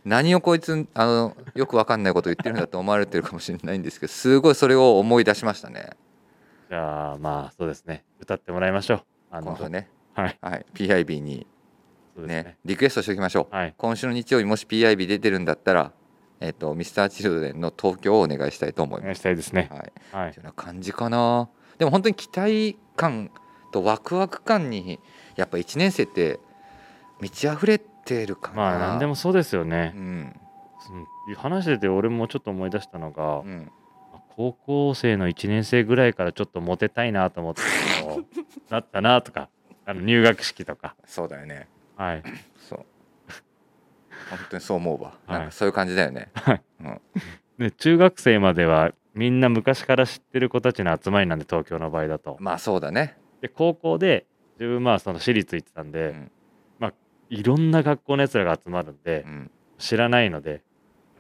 [SPEAKER 1] 何をこいつあのよくわかんないこと言ってるんだと思われてるかもしれないんですけどすごいそれを思い出しましたね
[SPEAKER 2] じゃあまあそうですね歌ってもらいましょうあ
[SPEAKER 1] この
[SPEAKER 2] の
[SPEAKER 1] 後ね
[SPEAKER 2] はい
[SPEAKER 1] はい PIB に
[SPEAKER 2] そうですね
[SPEAKER 1] ねリクエストしておきましょう
[SPEAKER 2] はい
[SPEAKER 1] 今週の日曜日もし PIB 出てるんだったら、えっとミスターチルドレンの東京をお願いしたいと思
[SPEAKER 2] お
[SPEAKER 1] い
[SPEAKER 2] 願
[SPEAKER 1] ま
[SPEAKER 2] い
[SPEAKER 1] す。
[SPEAKER 2] したいですね
[SPEAKER 1] はい、っ
[SPEAKER 2] はい
[SPEAKER 1] ていうような感じかな。でも本当に期待感とワクワク感にやっぱ1年生って満ち溢れてるかな。
[SPEAKER 2] まあ何でもそうですよ
[SPEAKER 1] う
[SPEAKER 2] ね、
[SPEAKER 1] ん
[SPEAKER 2] うん、話してて俺もちょっと思い出したのが、
[SPEAKER 1] うん
[SPEAKER 2] 高校生の1年生ぐらいからちょっとモテたいなと思ってなったなとかあの入学式とか
[SPEAKER 1] そうだよね。
[SPEAKER 2] はい
[SPEAKER 1] そう。本当にそう思うわ。
[SPEAKER 2] はい
[SPEAKER 1] なんかそういう感じだよね。
[SPEAKER 2] はい
[SPEAKER 1] うん
[SPEAKER 2] で中学生まではみんな昔から知ってる子たちの集まりなんで東京の場合だと
[SPEAKER 1] まあそうだね。
[SPEAKER 2] で高校で自分まあその私立行ってたんで、
[SPEAKER 1] うん
[SPEAKER 2] いろんな学校のやつらが集まるんで、
[SPEAKER 1] うん
[SPEAKER 2] 知らないので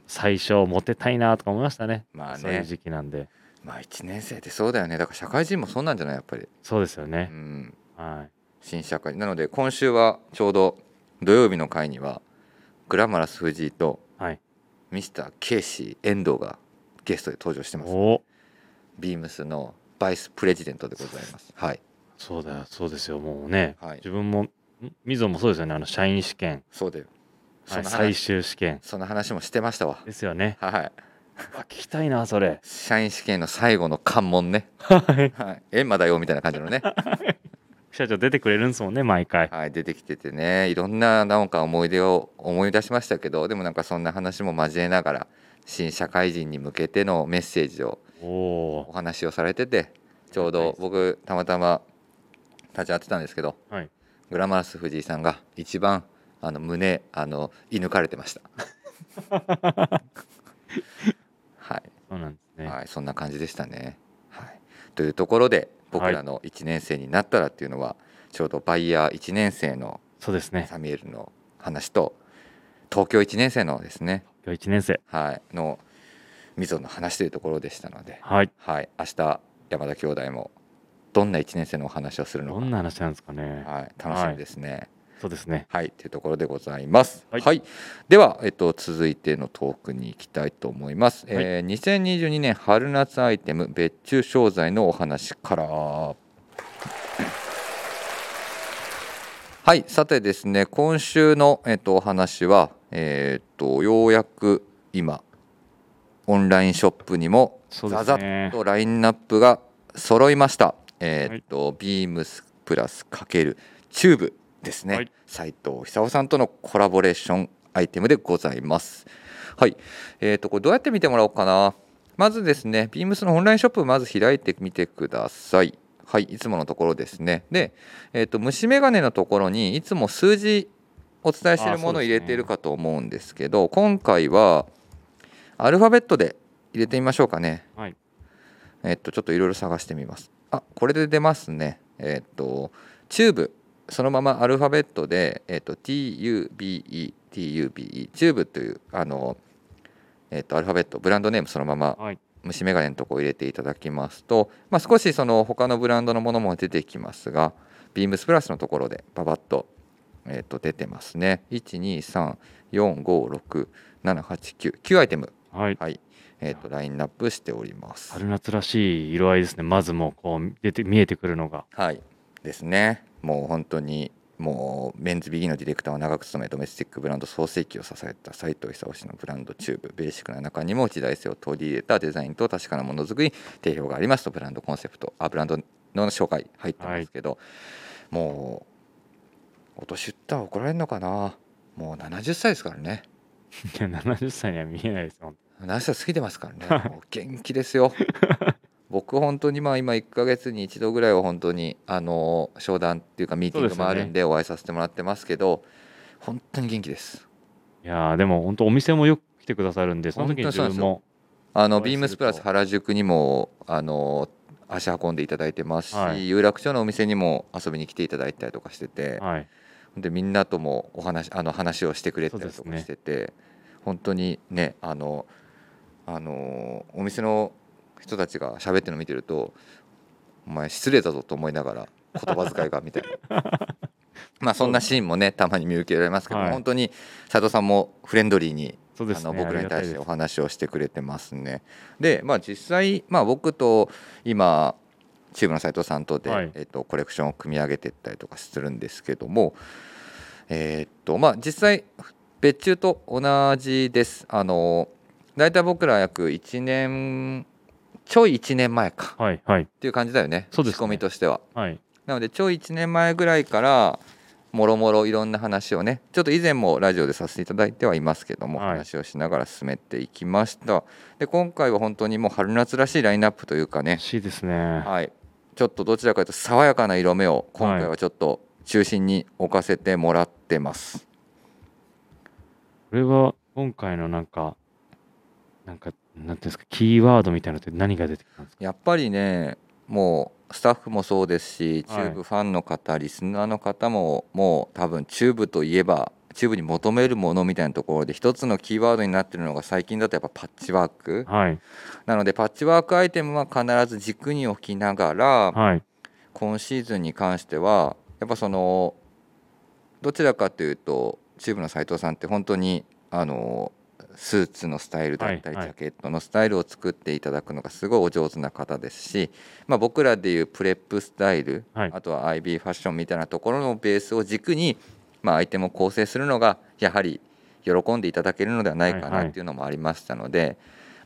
[SPEAKER 2] 最初モテたいなとか思いましたね
[SPEAKER 1] まあ
[SPEAKER 2] そういう
[SPEAKER 1] ね。
[SPEAKER 2] 時期なんで
[SPEAKER 1] まあ1年生ってそうだよね。だから社会人もそうなんじゃないやっぱり。
[SPEAKER 2] そうですよ
[SPEAKER 1] う
[SPEAKER 2] ね、
[SPEAKER 1] ん。
[SPEAKER 2] はい
[SPEAKER 1] 新社会なので今週はちょうど土曜日の回にはグラマラス藤井と
[SPEAKER 2] はい
[SPEAKER 1] ミスターケイシー遠藤がゲストで登場してます
[SPEAKER 2] お
[SPEAKER 1] ビームスのバイスプレジデントでございますはい
[SPEAKER 2] そうだよそうですよもうね、
[SPEAKER 1] はい
[SPEAKER 2] 自分もんみぞもそうですよねあの社員試験、
[SPEAKER 1] そうだよそ
[SPEAKER 2] はい、
[SPEAKER 1] の
[SPEAKER 2] 最
[SPEAKER 1] 話
[SPEAKER 2] 終試験
[SPEAKER 1] その話もしてましたわ
[SPEAKER 2] ですよね
[SPEAKER 1] はい
[SPEAKER 2] あ聞きたいなそれ
[SPEAKER 1] 社員試験の最後の関門ね
[SPEAKER 2] はい
[SPEAKER 1] はいエンマだよみたいな感じのね
[SPEAKER 2] 社長出てくれるんですもんね毎回
[SPEAKER 1] はい出てきててねいろんななんか思い出を思い出しましたけどでもなんかそんな話も交えながら新社会人に向けてのメッセージを
[SPEAKER 2] お
[SPEAKER 1] お
[SPEAKER 2] お
[SPEAKER 1] 話をされててちょうど僕たまたま立ち会ってたんですけど
[SPEAKER 2] ーはい
[SPEAKER 1] グラマラス藤井さんが一番あの胸あの射抜かれてました は
[SPEAKER 2] そうなんです
[SPEAKER 1] い、
[SPEAKER 2] ね、
[SPEAKER 1] はい、そんな感じでしたね、はい、というところで僕らの1年生になったらっていうのは、ちょうどバイヤー1年生の
[SPEAKER 2] そうですね
[SPEAKER 1] サミュエルの話と東京1年生のですね、
[SPEAKER 2] 今日1年生
[SPEAKER 1] はい、の溝の話というところでしたので
[SPEAKER 2] はい
[SPEAKER 1] はい、明日山田兄弟もどんな1年生のお話をするの
[SPEAKER 2] ど
[SPEAKER 1] か、
[SPEAKER 2] んな話なんですかね
[SPEAKER 1] はい、楽しみですね。
[SPEAKER 2] そうですね
[SPEAKER 1] はい、というところでございます。は、
[SPEAKER 2] はいい
[SPEAKER 1] では、えっと、続いてのトークに行きたいと思います。
[SPEAKER 2] はい
[SPEAKER 1] えー2022年春夏アイテム別注商材のお話から。はい、さてですね、今週の、えっと、お話は、えーっと、ようやく今。オンラインショップにも
[SPEAKER 2] そうで
[SPEAKER 1] ざ
[SPEAKER 2] す
[SPEAKER 1] ざっ
[SPEAKER 2] ね
[SPEAKER 1] とラインナップが揃いました。え
[SPEAKER 2] は
[SPEAKER 1] ー
[SPEAKER 2] い
[SPEAKER 1] っと、ビームスプラス×チューブですね。
[SPEAKER 2] はい
[SPEAKER 1] 斉藤久夫さんとのコラボレーションアイテムでございます。はい、えーっとこれどうやって見てもらおうかな。まずですね、ビームスのオンラインショップまず開いてみてください。はい、いつものところですね。で、えーっと虫眼鏡のところにいつも数字お伝えしているものを入れているかと思うんですけど、今回はアルファベットで入れてみましょうかね。
[SPEAKER 2] はい
[SPEAKER 1] えっと、ちょっといろいろ探してみます。あ、これで出ますね。えっと、チューブ、そのままアルファベットで、えっと、TUBE、TUBE、チューブという、あの、えっと、アルファベット、ブランドネームそのまま、
[SPEAKER 2] はい
[SPEAKER 1] 虫眼鏡のとこを入れていただきますと、まあ、少しその他のブランドのものも出てきますが、ビームスプラスのところで、ババッと、えっと、出てますね。1、2、3、4、5、6、7、8、9、9アイテム、
[SPEAKER 2] はい
[SPEAKER 1] はい、えっと、ラインナップしております。
[SPEAKER 2] 春夏らしい色合いですねまずもうこう出て見えてくるのが
[SPEAKER 1] はい、ですね。もう本当にもうメンズビギーのディレクターを長く務めドメスティックブランド創世記を支えた斉藤久雄氏のブランドチューブベーシックな中にも時代性を取り入れたデザインと確かなものづくり定評がありますとブランドコンセプトあブランドの紹介入ってますけど、もうお年言ったら怒られるのかなもう70歳ですからね
[SPEAKER 2] いや70歳には見えないですもん
[SPEAKER 1] 70歳過ぎてます からねもう元気ですよ僕本当にまあ今1ヶ月に一度ぐらいは本当にあの商談っていうかミーティングもあるんでお会いさせてもらってますけど本当に元気です
[SPEAKER 2] いやーでも本当お店もよく来てくださるんでその時に
[SPEAKER 1] 本
[SPEAKER 2] 自
[SPEAKER 1] 当にそうなんです
[SPEAKER 2] 分
[SPEAKER 1] よ
[SPEAKER 2] も
[SPEAKER 1] あ
[SPEAKER 2] お
[SPEAKER 1] の
[SPEAKER 2] 会いすると
[SPEAKER 1] ビームスプラス原宿にもあの足運んでいただいてますし、
[SPEAKER 2] はい
[SPEAKER 1] 有楽町のお店にも遊びに来ていただいたりとかしてて、
[SPEAKER 2] はい
[SPEAKER 1] でみんなともお話あの話をしてくれたり
[SPEAKER 2] そ
[SPEAKER 1] と
[SPEAKER 2] うです
[SPEAKER 1] か
[SPEAKER 2] ね
[SPEAKER 1] してて、本当にねあのあのお店の人たちが喋ってるの見てるとお前失礼だぞと思いながら言葉遣いがみたいな まあそんなシーンもねたまに見受けられますけど、
[SPEAKER 2] はい
[SPEAKER 1] 本当に佐藤さんもフレンドリーに
[SPEAKER 2] そうです
[SPEAKER 1] あ
[SPEAKER 2] ね
[SPEAKER 1] の僕らに対して
[SPEAKER 2] あ
[SPEAKER 1] お話をしてくれてますね。で、まあ、実際、まあ、僕と今チームの斉藤さんとで、
[SPEAKER 2] はい
[SPEAKER 1] えっとコレクションを組み上げていったりとかするんですけども、えーっとまあ、実際別注と同じです。あの大体僕ら約1年ちょい1年前かっ
[SPEAKER 2] りがたいですはいはい
[SPEAKER 1] ていう感じだよね
[SPEAKER 2] そうですね
[SPEAKER 1] 仕込みとしては。
[SPEAKER 2] はい
[SPEAKER 1] なのでちょい1年前ぐらいからもろもろいろんな話をねちょっと以前もラジオでさせていただいてはいますけども、
[SPEAKER 2] はい
[SPEAKER 1] 話をしながら進めていきましたで今回は本当にもう春夏らしいラインナップというかね
[SPEAKER 2] 欲、しいですね
[SPEAKER 1] はい、ちょっとどちらかというと爽やかな色目を今回
[SPEAKER 2] は
[SPEAKER 1] はちょっと中心に置かせてもらってます、
[SPEAKER 2] これは今回のなんか、なんか、なんていうんですか、キーワードみたいなのって何が出てくるんですか
[SPEAKER 1] やっぱりねもうスタッフもそうですしチ
[SPEAKER 2] はい
[SPEAKER 1] ューブファンの方、リスナーの方ももう多分チューブといえばチューブに求めるものみたいなところで一つのキーワードになってるのが最近だとやっぱパッチワーク
[SPEAKER 2] はい、
[SPEAKER 1] なのでパッチワークアイテムは必ず軸に置きながら
[SPEAKER 2] はい、
[SPEAKER 1] 今シーズンに関してはやっぱそのどちらかというとチューブの斉藤さんって本当にあのスーツのスタイルだったりジ
[SPEAKER 2] はいはい
[SPEAKER 1] ャケットのスタイルを作っていただくのがすごいお上手な方ですし、まあ、僕らでいうプレップスタイル、
[SPEAKER 2] はい
[SPEAKER 1] あとは IB ファッションみたいなところのベースを軸に、まあ、アイテムを構成するのがやはり喜んでいただけるのではないか
[SPEAKER 2] はいは
[SPEAKER 1] ないっていうのもありましたので、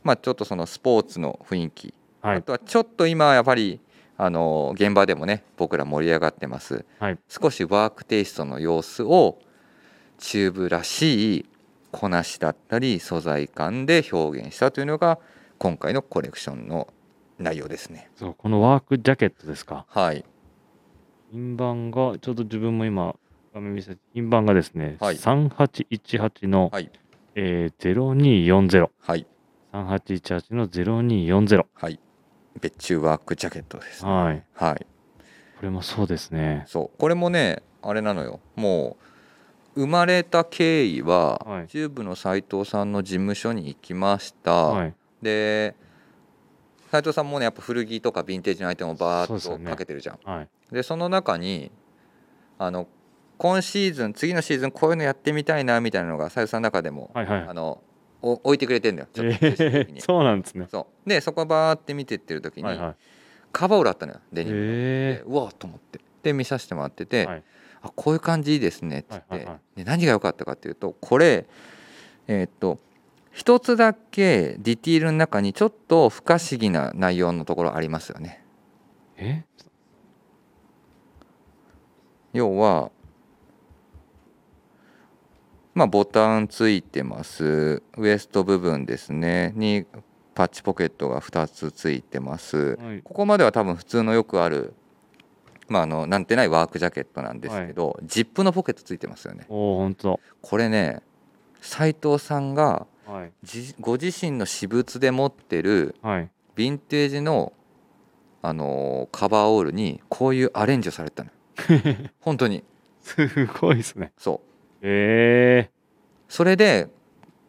[SPEAKER 1] まあ、ちょっとそのスポーツの雰囲気
[SPEAKER 2] は
[SPEAKER 1] あ
[SPEAKER 2] い、
[SPEAKER 1] とはちょっと今やっぱりあの現場でもね僕ら盛り上がってます、
[SPEAKER 2] はい
[SPEAKER 1] 少しワークテイストの様子をチューブらしいこなしだったり素材感で表現したというのが今回のコレクションの内容ですね。
[SPEAKER 2] そう、このワークジャケットですか。
[SPEAKER 1] はい、
[SPEAKER 2] 品番が、ちょうど自分も今、画面見せて、品番がですね、
[SPEAKER 1] はい
[SPEAKER 2] 3818の、
[SPEAKER 1] はい、
[SPEAKER 2] えー、
[SPEAKER 1] はい、
[SPEAKER 2] 0240、3818の0240。
[SPEAKER 1] はい、別注ワークジャケットです、ね。
[SPEAKER 2] はい、
[SPEAKER 1] はい、
[SPEAKER 2] これもそうですね。
[SPEAKER 1] そうこれもねあれなのよもう生まれた経緯は、
[SPEAKER 2] はい
[SPEAKER 1] チューブの斉藤さんの事務所に行きました。
[SPEAKER 2] はい、
[SPEAKER 1] で斉藤さんもねやっぱ古着とかヴィンテージのアイテムをバ
[SPEAKER 2] そ
[SPEAKER 1] ー
[SPEAKER 2] うですよ
[SPEAKER 1] ッと
[SPEAKER 2] ね
[SPEAKER 1] かけてるじゃん。
[SPEAKER 2] はい、
[SPEAKER 1] でその中にあの今シーズン次のシーズンこういうのやってみたいなみたいなのが斉藤さんの中でも、
[SPEAKER 2] はい、はい
[SPEAKER 1] あ。のお置いてくれてんだよちょっと
[SPEAKER 2] え
[SPEAKER 1] 中心的
[SPEAKER 2] ー
[SPEAKER 1] に。
[SPEAKER 2] そうなんですね。
[SPEAKER 1] そうでそこをバーって見てってる時に、
[SPEAKER 2] はい、はい。
[SPEAKER 1] カバオだったのよデニム、で
[SPEAKER 2] え
[SPEAKER 1] うわっと思ってで見させてもらってて、
[SPEAKER 2] はい
[SPEAKER 1] あこういう感じいいですねっつって、
[SPEAKER 2] はいはいはい
[SPEAKER 1] で何が良かったかっていうとこれえーっと一つだけディティールの中にちょっと不可思議な内容のところありますよね
[SPEAKER 2] え
[SPEAKER 1] 要はまあボタンついてますウエスト部分ですねにパッチポケットが2つついてます
[SPEAKER 2] はい
[SPEAKER 1] ここまでは多分普通のよくあるまああのなんてないワークジャケットなんですけど、ジップのポケットついてますよね
[SPEAKER 2] おお本当
[SPEAKER 1] これね斉藤さんが
[SPEAKER 2] だはい
[SPEAKER 1] じご自身の私物で持ってる
[SPEAKER 2] はい
[SPEAKER 1] ヴィンテージの、あのーカバーオールにこういうアレンジをされてたの 本当に
[SPEAKER 2] すごいですね
[SPEAKER 1] そう
[SPEAKER 2] え
[SPEAKER 1] それで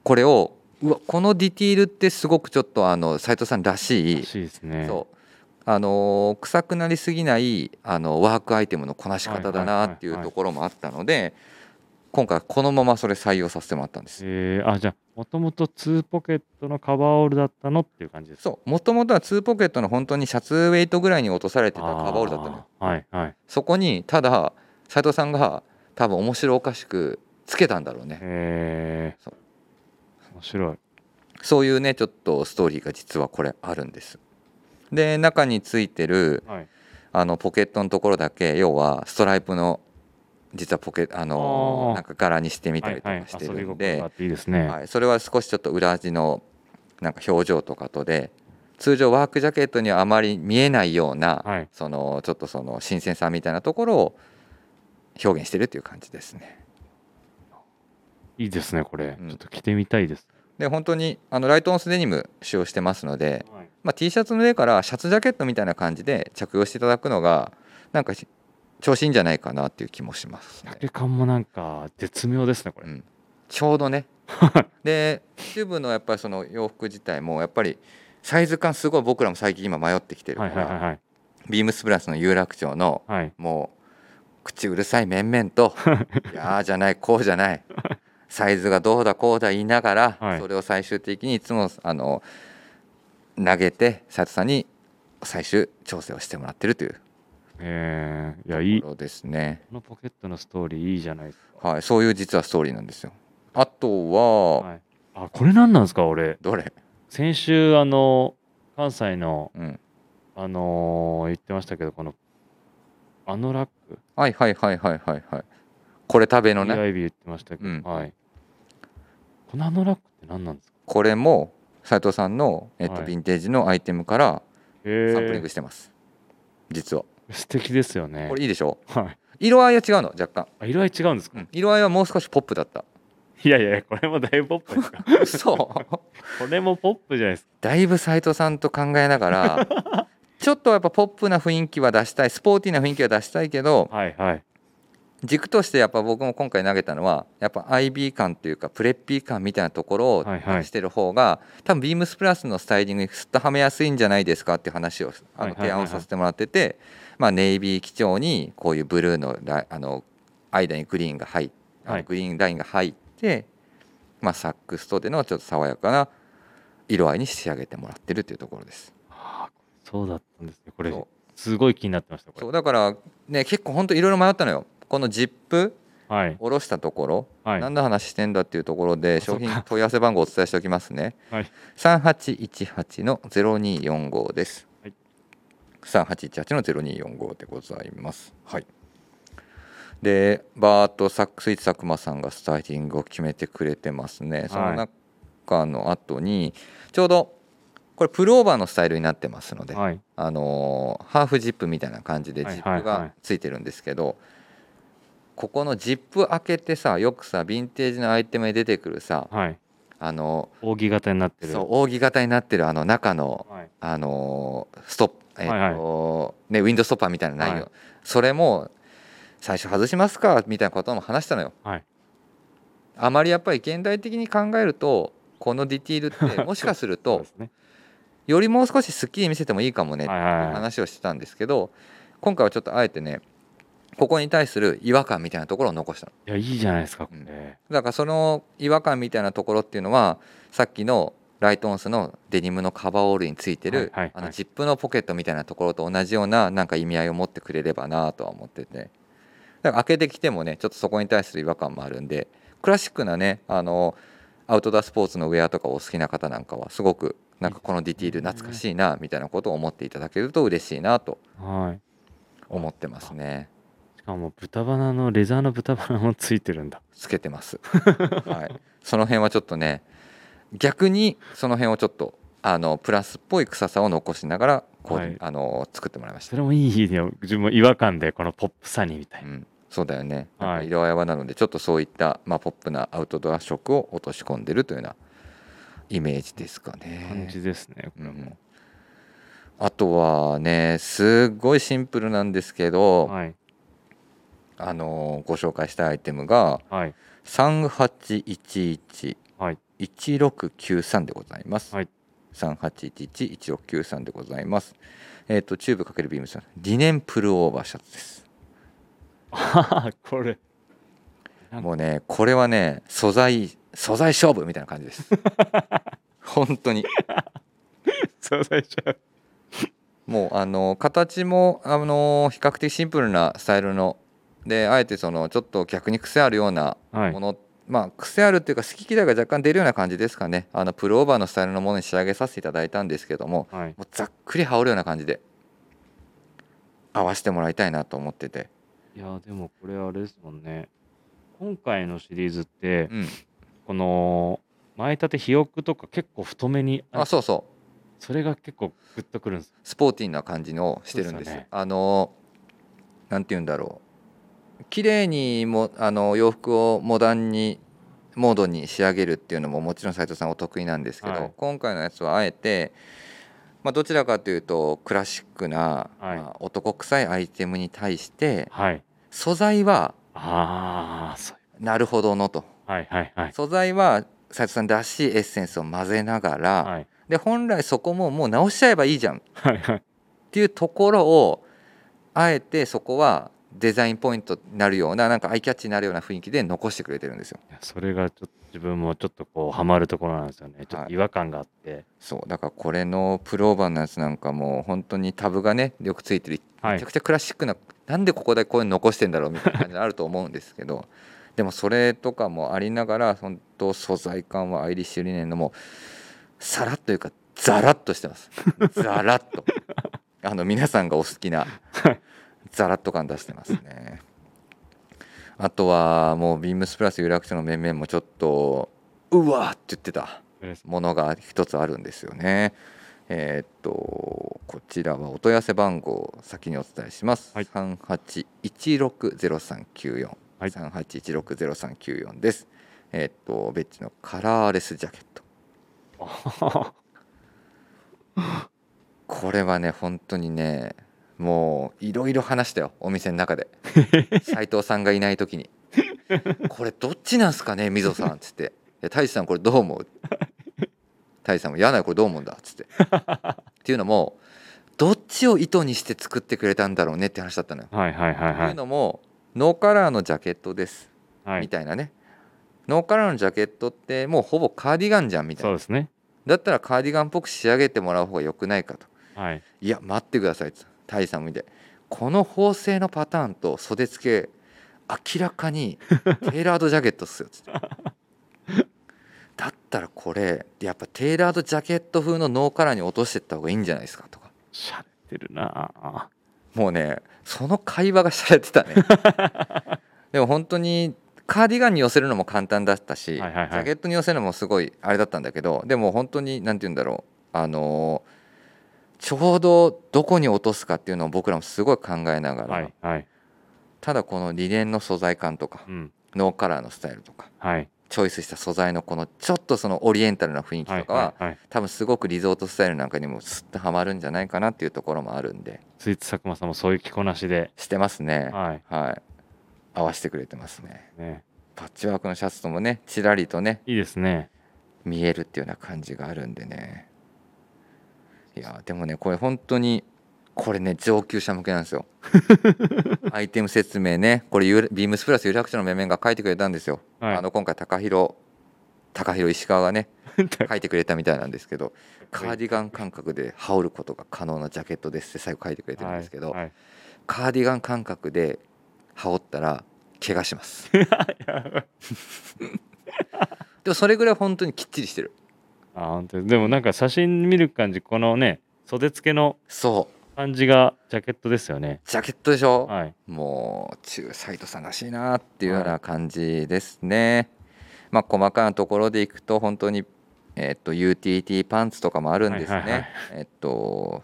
[SPEAKER 1] これをうわこのディティールってすごくちょっとあの斉藤さんら
[SPEAKER 2] え
[SPEAKER 1] し
[SPEAKER 2] ー、
[SPEAKER 1] い
[SPEAKER 2] らしいですね
[SPEAKER 1] そうあのー臭くなりすぎないあのワークアイテムのこなし方だなっていう
[SPEAKER 2] はいはいはいはい
[SPEAKER 1] ところもあったので今回このままそれ採用させてもらったんです
[SPEAKER 2] えー、あじゃあもともと2ポケットのカバーオールだったのっていう感じですか
[SPEAKER 1] そうもともとは2ポケットの本当にシャツウェイトぐらいに落とされてたカバーオールだったのよ
[SPEAKER 2] あーはいはい
[SPEAKER 1] そこにただ斉藤さんが多分面白おかしくつけたんだろうね
[SPEAKER 2] えー
[SPEAKER 1] そう、
[SPEAKER 2] 面白い
[SPEAKER 1] そういうねちょっとストーリーが実はこれあるんですで中についてる
[SPEAKER 2] はい
[SPEAKER 1] あのポケットのところだけ要はストライプの実はポケあ
[SPEAKER 2] あ
[SPEAKER 1] の
[SPEAKER 2] ー
[SPEAKER 1] なんか柄にしてみた
[SPEAKER 2] はい
[SPEAKER 1] りと
[SPEAKER 2] はい
[SPEAKER 1] かして
[SPEAKER 2] 遊び
[SPEAKER 1] るん
[SPEAKER 2] 心
[SPEAKER 1] で
[SPEAKER 2] があ、っていいですね、
[SPEAKER 1] はい、それは少しちょっと裏味のなんか表情とかとで通常ワークジャケットにはあまり見えないような、
[SPEAKER 2] はい
[SPEAKER 1] そのちょっとその新鮮さみたいなところを表現してるっていう感じですね。
[SPEAKER 2] いいですね、これ。
[SPEAKER 1] うん
[SPEAKER 2] ちょっと着てみたいです。
[SPEAKER 1] で本当にあのライトオンスデニム使用してますので、
[SPEAKER 2] はい、
[SPEAKER 1] まあ、T シャツの上からシャツジャケットみたいな感じで着用していただくのがなんかし調子いいんじゃないかなっていう気もしますね、
[SPEAKER 2] 丈感もなんか絶妙ですね、こ
[SPEAKER 1] う
[SPEAKER 2] れ。
[SPEAKER 1] ん、ちょうど ねでチューブのやっぱりその洋服自体もやっぱりサイズ感すごい僕らも最近今迷ってきてるか
[SPEAKER 2] はい
[SPEAKER 1] ら、
[SPEAKER 2] はいはいはい。
[SPEAKER 1] ビームスプラスの有楽町の
[SPEAKER 2] はい、
[SPEAKER 1] もう口うるさい面々 と「いやーじゃないこうじゃない」サイズがどうだこうだ言いながら、
[SPEAKER 2] はい
[SPEAKER 1] それを最終的にいつもあの投げて斉藤さんに最終調整をしてもらってるという
[SPEAKER 2] えー、いや、いい。
[SPEAKER 1] とこ
[SPEAKER 2] こ
[SPEAKER 1] ろですね。
[SPEAKER 2] のポケットのストーリーいいじゃないですか。
[SPEAKER 1] はい、そういう実はストーリーなんですよ。あとは、
[SPEAKER 2] はい、あ、これ何なんですか、俺。
[SPEAKER 1] どれ、
[SPEAKER 2] 先週、あの、関西の、
[SPEAKER 1] うん、
[SPEAKER 2] あのー言ってましたけど、この、あのラック、
[SPEAKER 1] はいはいはいはいはいはい。これ食べのね、
[SPEAKER 2] DIB 言ってましたけど、
[SPEAKER 1] うん
[SPEAKER 2] はい。このあのラックって何なんですか
[SPEAKER 1] これも斉藤さんのえっと
[SPEAKER 2] は
[SPEAKER 1] ヴ
[SPEAKER 2] い
[SPEAKER 1] ィンテージのアイテムから
[SPEAKER 2] へ
[SPEAKER 1] サンプリン
[SPEAKER 2] ー
[SPEAKER 1] グしてます。実は
[SPEAKER 2] 素敵ですよね。
[SPEAKER 1] これいいでしょ
[SPEAKER 2] はい。
[SPEAKER 1] 色合いは違うの若干、
[SPEAKER 2] あ、色合い違うんですか、
[SPEAKER 1] うん色合いはもう少しポップだった
[SPEAKER 2] いやいや、これもだいぶポップで すか。
[SPEAKER 1] そう
[SPEAKER 2] これもポップじゃないですか。
[SPEAKER 1] だいぶ斉藤さんと考えながらちょっとやっぱポップな雰囲気は出したいスポーティーな雰囲気は出したいけど
[SPEAKER 2] はいはい。
[SPEAKER 1] 軸としてやっぱ僕も今回投げたのはやっぱ IB 感というかプレッピー感みたいなところを
[SPEAKER 2] はいはい
[SPEAKER 1] 出してる方が、多分ビームスプラスのスタイリングにすっとはめやすいんじゃないですかっていう話をあの
[SPEAKER 2] はいはいはいはい
[SPEAKER 1] 提案をさせてもらってて、まあ、ネイビー基調にこういうブルーのライあの間にグリーンが入っあの
[SPEAKER 2] はい
[SPEAKER 1] グリーンラインが入って、まあ、サックスとでのちょっと爽やかな色合いに仕上げてもらってるというところです。
[SPEAKER 2] ああ、そうだったんですね。
[SPEAKER 1] そ
[SPEAKER 2] これ
[SPEAKER 1] う、
[SPEAKER 2] すごい気になってました、
[SPEAKER 1] そ
[SPEAKER 2] こ
[SPEAKER 1] うだからね結構本当いろいろ迷ったのよ。このジップ
[SPEAKER 2] れ。はい。
[SPEAKER 1] 下ろしたところ
[SPEAKER 2] はい。
[SPEAKER 1] 何の話してんだっていうところで
[SPEAKER 2] あ
[SPEAKER 1] 商
[SPEAKER 2] そっか
[SPEAKER 1] 品問い合わせ番号をお伝えしておきますね。
[SPEAKER 2] はい
[SPEAKER 1] 三八一八のゼロ二四五です
[SPEAKER 2] はい。
[SPEAKER 1] 三八一八のゼロ二四五でございます。はい。でバーッとサックスイッチ佐久間さんがスタイリングを決めてくれてますね。その中の後にちょうどこれプルオーバーのスタイルになってますので、
[SPEAKER 2] はい。
[SPEAKER 1] あのーハーフジップみたいな感じでジ
[SPEAKER 2] はい
[SPEAKER 1] ップ
[SPEAKER 2] はいは
[SPEAKER 1] が
[SPEAKER 2] い
[SPEAKER 1] ついてるんですけど、ここのジップ開けてさよくさヴィンテージのアイテムに出てくるさ
[SPEAKER 2] はい。
[SPEAKER 1] あの
[SPEAKER 2] 扇形になってる。
[SPEAKER 1] そう扇形になってるあの中の、
[SPEAKER 2] はい。
[SPEAKER 1] あのーストップ、えっと
[SPEAKER 2] はい
[SPEAKER 1] ね、ウィンドウストッパーみたいな内容、
[SPEAKER 2] はい
[SPEAKER 1] それも最初外しますかみたいなことも話したのよ。
[SPEAKER 2] はい
[SPEAKER 1] あまりやっぱり現代的に考えるとこのディティールってもしかする
[SPEAKER 2] そう
[SPEAKER 1] と
[SPEAKER 2] ですね。
[SPEAKER 1] よりもう少しすっきり見せてもいいかもねって
[SPEAKER 2] はいいうはいはい
[SPEAKER 1] 話をしてたんですけど今回はちょっとあえてねここに対する違和感みたいなところを残したの
[SPEAKER 2] いや、いいじゃないですか、これ。
[SPEAKER 1] うんだからその違和感みたいなところっていうのはさっきのライトオンスのデニムのカバーオールについてる、
[SPEAKER 2] はいはいはい
[SPEAKER 1] あのジップのポケットみたいなところと同じようななんか意味合いを持ってくれればなとは思っててだから開けてきてもねちょっとそこに対する違和感もあるんでクラシックなねあのアウトドアスポーツのウェアとかお好きな方なんかはすごくなんかこのディティール懐かしいなみたいなことを思っていただけると嬉しいなと
[SPEAKER 2] は
[SPEAKER 1] 思ってますね
[SPEAKER 2] い。しかも豚バナのレザーの豚バナもついてるんだ。
[SPEAKER 1] つけて ます、はい、その辺はちょっとね逆にその辺をちょっとあのプラスっぽい臭さを残しながらこう、
[SPEAKER 2] はい
[SPEAKER 1] あの作ってもらいまし
[SPEAKER 2] そ
[SPEAKER 1] た
[SPEAKER 2] れもいいね。自分も違和感でこのポップさにみたいうな。
[SPEAKER 1] ん、そうだよね、
[SPEAKER 2] はい
[SPEAKER 1] なんか色合いはなのでちょっとそういった、まあ、ポップなアウトドア色を落とし込んでるというようなイメージですかね。
[SPEAKER 2] 感じですね。こ
[SPEAKER 1] う
[SPEAKER 2] れ
[SPEAKER 1] ん
[SPEAKER 2] も。
[SPEAKER 1] あとはねすごいシンプルなんですけど、
[SPEAKER 2] はい
[SPEAKER 1] あのご紹介したいアイテムが
[SPEAKER 2] はい
[SPEAKER 1] 3811
[SPEAKER 2] はい
[SPEAKER 1] 1693でございます。
[SPEAKER 2] はい
[SPEAKER 1] 38111693でございます。えっ、とチューブかけるビームさん、リネンプルオーバーシャツです。
[SPEAKER 2] あー。これ。なんか
[SPEAKER 1] もうね、これはね、素材素材勝負みたいな感じです。 本当に。
[SPEAKER 2] そう最初。
[SPEAKER 1] もうあの形もあの比較的シンプルなスタイルので、あえてそのちょっと逆に癖あるような
[SPEAKER 2] はい
[SPEAKER 1] も。の、まあ癖あるっていうか好き嫌いが若干出るような感じですかね。あのプルオーバーのスタイルのものに仕上げさせていただいたんですけども、
[SPEAKER 2] はい。
[SPEAKER 1] もうざっくり羽織るような感じで合わせてもらいたいなと思ってて、
[SPEAKER 2] いやでもこれあれですもんね。今回のシリーズって
[SPEAKER 1] うん、
[SPEAKER 2] この前立て肥沃とか結構太めに
[SPEAKER 1] あそうそう
[SPEAKER 2] それが結構グッとくるんです。
[SPEAKER 1] スポーティーな感じのをしてるんです
[SPEAKER 2] そうですよね
[SPEAKER 1] あのなんて言うんだろう綺麗にもあの洋服をモダンにモードに仕上げるっていうのももちろん斉藤さんお得意なんですけど、
[SPEAKER 2] はい
[SPEAKER 1] 今回のやつはあえて、まあ、どちらかというとクラシックな、
[SPEAKER 2] はい
[SPEAKER 1] まあ男臭いアイテムに対して
[SPEAKER 2] はい。
[SPEAKER 1] 素材は
[SPEAKER 2] ああそういう。
[SPEAKER 1] なるほどのと
[SPEAKER 2] はいはいはい。
[SPEAKER 1] 素材は斉藤さんらしいエッセンスを混ぜながら、
[SPEAKER 2] はい
[SPEAKER 1] で本来そこももう直しちゃえばいいじゃんっ
[SPEAKER 2] はいはい。
[SPEAKER 1] ていうところをあえてそこはデザインポイントになるようななんかアイキャッチになるような雰囲気で残してくれてるんですよ
[SPEAKER 2] いやそれがちょっと自分もちょっとこうハマるところなんですよね。ちょっと違和感があって。
[SPEAKER 1] そうだからこれのプローバーのやつなんかもう本当にタブがねよくついてる
[SPEAKER 2] はい
[SPEAKER 1] めちゃくちゃクラシックな、なんでここでこういうの残してんだろうみたいな感じがあると思うんですけどでもそれとかもありながら本当素材感はアイリッシュリネンのもうさらっというかザラッとしてますザラッ とあの皆さんがお好きなザラッと感出してますねあとはもうビームスプラス有楽町の面々もちょっとうわーって言ってた
[SPEAKER 2] 嬉しい
[SPEAKER 1] ものが一つあるんですよね。えーっとこちらはお問い合わせ番号を先にお伝えします。
[SPEAKER 2] はい
[SPEAKER 1] 三八一六ゼロ三九四
[SPEAKER 2] はい
[SPEAKER 1] 三八一六ゼロ三九四です。えーっとベッチのカラーレスジャケット。 これはね本当にねもういろいろ話したよお店の 中で斉藤さんがいない時に「これどっちなんすかねみぞさん」っつって「いや太一さんこれどう思う?」太一さんも「嫌なこれどう思うんだ」っつって。っていうのもどっちを意図にして作ってくれたんだろうねって話だったのよ。
[SPEAKER 2] はいはいはい
[SPEAKER 1] とい
[SPEAKER 2] は
[SPEAKER 1] う
[SPEAKER 2] い。
[SPEAKER 1] のもノーカラーのジャケットです
[SPEAKER 2] は
[SPEAKER 1] み
[SPEAKER 2] い。
[SPEAKER 1] たいなね。ノーカラーのジャケットってもうほぼカーディガンじゃんみたい
[SPEAKER 2] そう
[SPEAKER 1] な
[SPEAKER 2] ですね。
[SPEAKER 1] だったらカーディガンっぽく仕上げてもらう方が良くないかと
[SPEAKER 2] はい。
[SPEAKER 1] いや待ってくださいってタイさんも見てこの縫製のパターンと袖付け明らかにテイラードジャケットっすよつってだったらこれやっぱテイラードジャケット風のノーカラーに落としてった方がいいんじゃないですかとか
[SPEAKER 2] しゃれてるなあ。
[SPEAKER 1] もうねその会話がしゃれてた ねでも本当にカーディガンに寄せるのも簡単だったし、
[SPEAKER 2] はいはいはい
[SPEAKER 1] ジャケットに寄せるのもすごいあれだったんだけどでも本当に何て言うんだろうあのーちょうどどこに落とすかっていうのを僕らもすごい考えながら、
[SPEAKER 2] はいはい。
[SPEAKER 1] ただこのリネンの素材感とか
[SPEAKER 2] うん。
[SPEAKER 1] ノーカラーのスタイルとか
[SPEAKER 2] はい。
[SPEAKER 1] チョイスした素材のこのちょっとそのオリエンタルな雰囲気
[SPEAKER 2] はい
[SPEAKER 1] とかは、
[SPEAKER 2] はいはい。
[SPEAKER 1] 多分すごくリゾートスタイルなんかにもすっとはまるんじゃないかなっていうところもあるんで
[SPEAKER 2] スイーツ佐久間さんもそういう着こなしで。
[SPEAKER 1] してますね。
[SPEAKER 2] は
[SPEAKER 1] はい、合わせてくれてますね。
[SPEAKER 2] い。ね。
[SPEAKER 1] パッチワークのシャツともね、ちらりとね、
[SPEAKER 2] いいですね。
[SPEAKER 1] 見えるっていうような感じがあるんでね。いやー、でもね、これ本当に、これね、上級者向けなんで すよ。アイテム説明ね、これゆらビームスプラス有楽町の面々が書いてくれたんですよ。
[SPEAKER 2] はい
[SPEAKER 1] あの今回高弘、高弘石川が ね、書いてくれたみたいなんですけど、カーディガン感覚で羽織ることが可能なジャケットですって最後書いてくれてるんですけど、
[SPEAKER 2] はいはい
[SPEAKER 1] カーディガン感覚で羽織ったら怪我します。でもそれぐらい本当にきっちりしてる
[SPEAKER 2] あ本当にでもなんか写真見る感じこのね袖付けの
[SPEAKER 1] そう
[SPEAKER 2] 感じがジャケットですよね
[SPEAKER 1] ジャケットでしょ、
[SPEAKER 2] はい
[SPEAKER 1] もう中サイトさんらしいなっていうような感じですね、まあ細かなところでいくと本当にえっと UTT パンツとかもあるんですね、
[SPEAKER 2] はいはいはい
[SPEAKER 1] えっと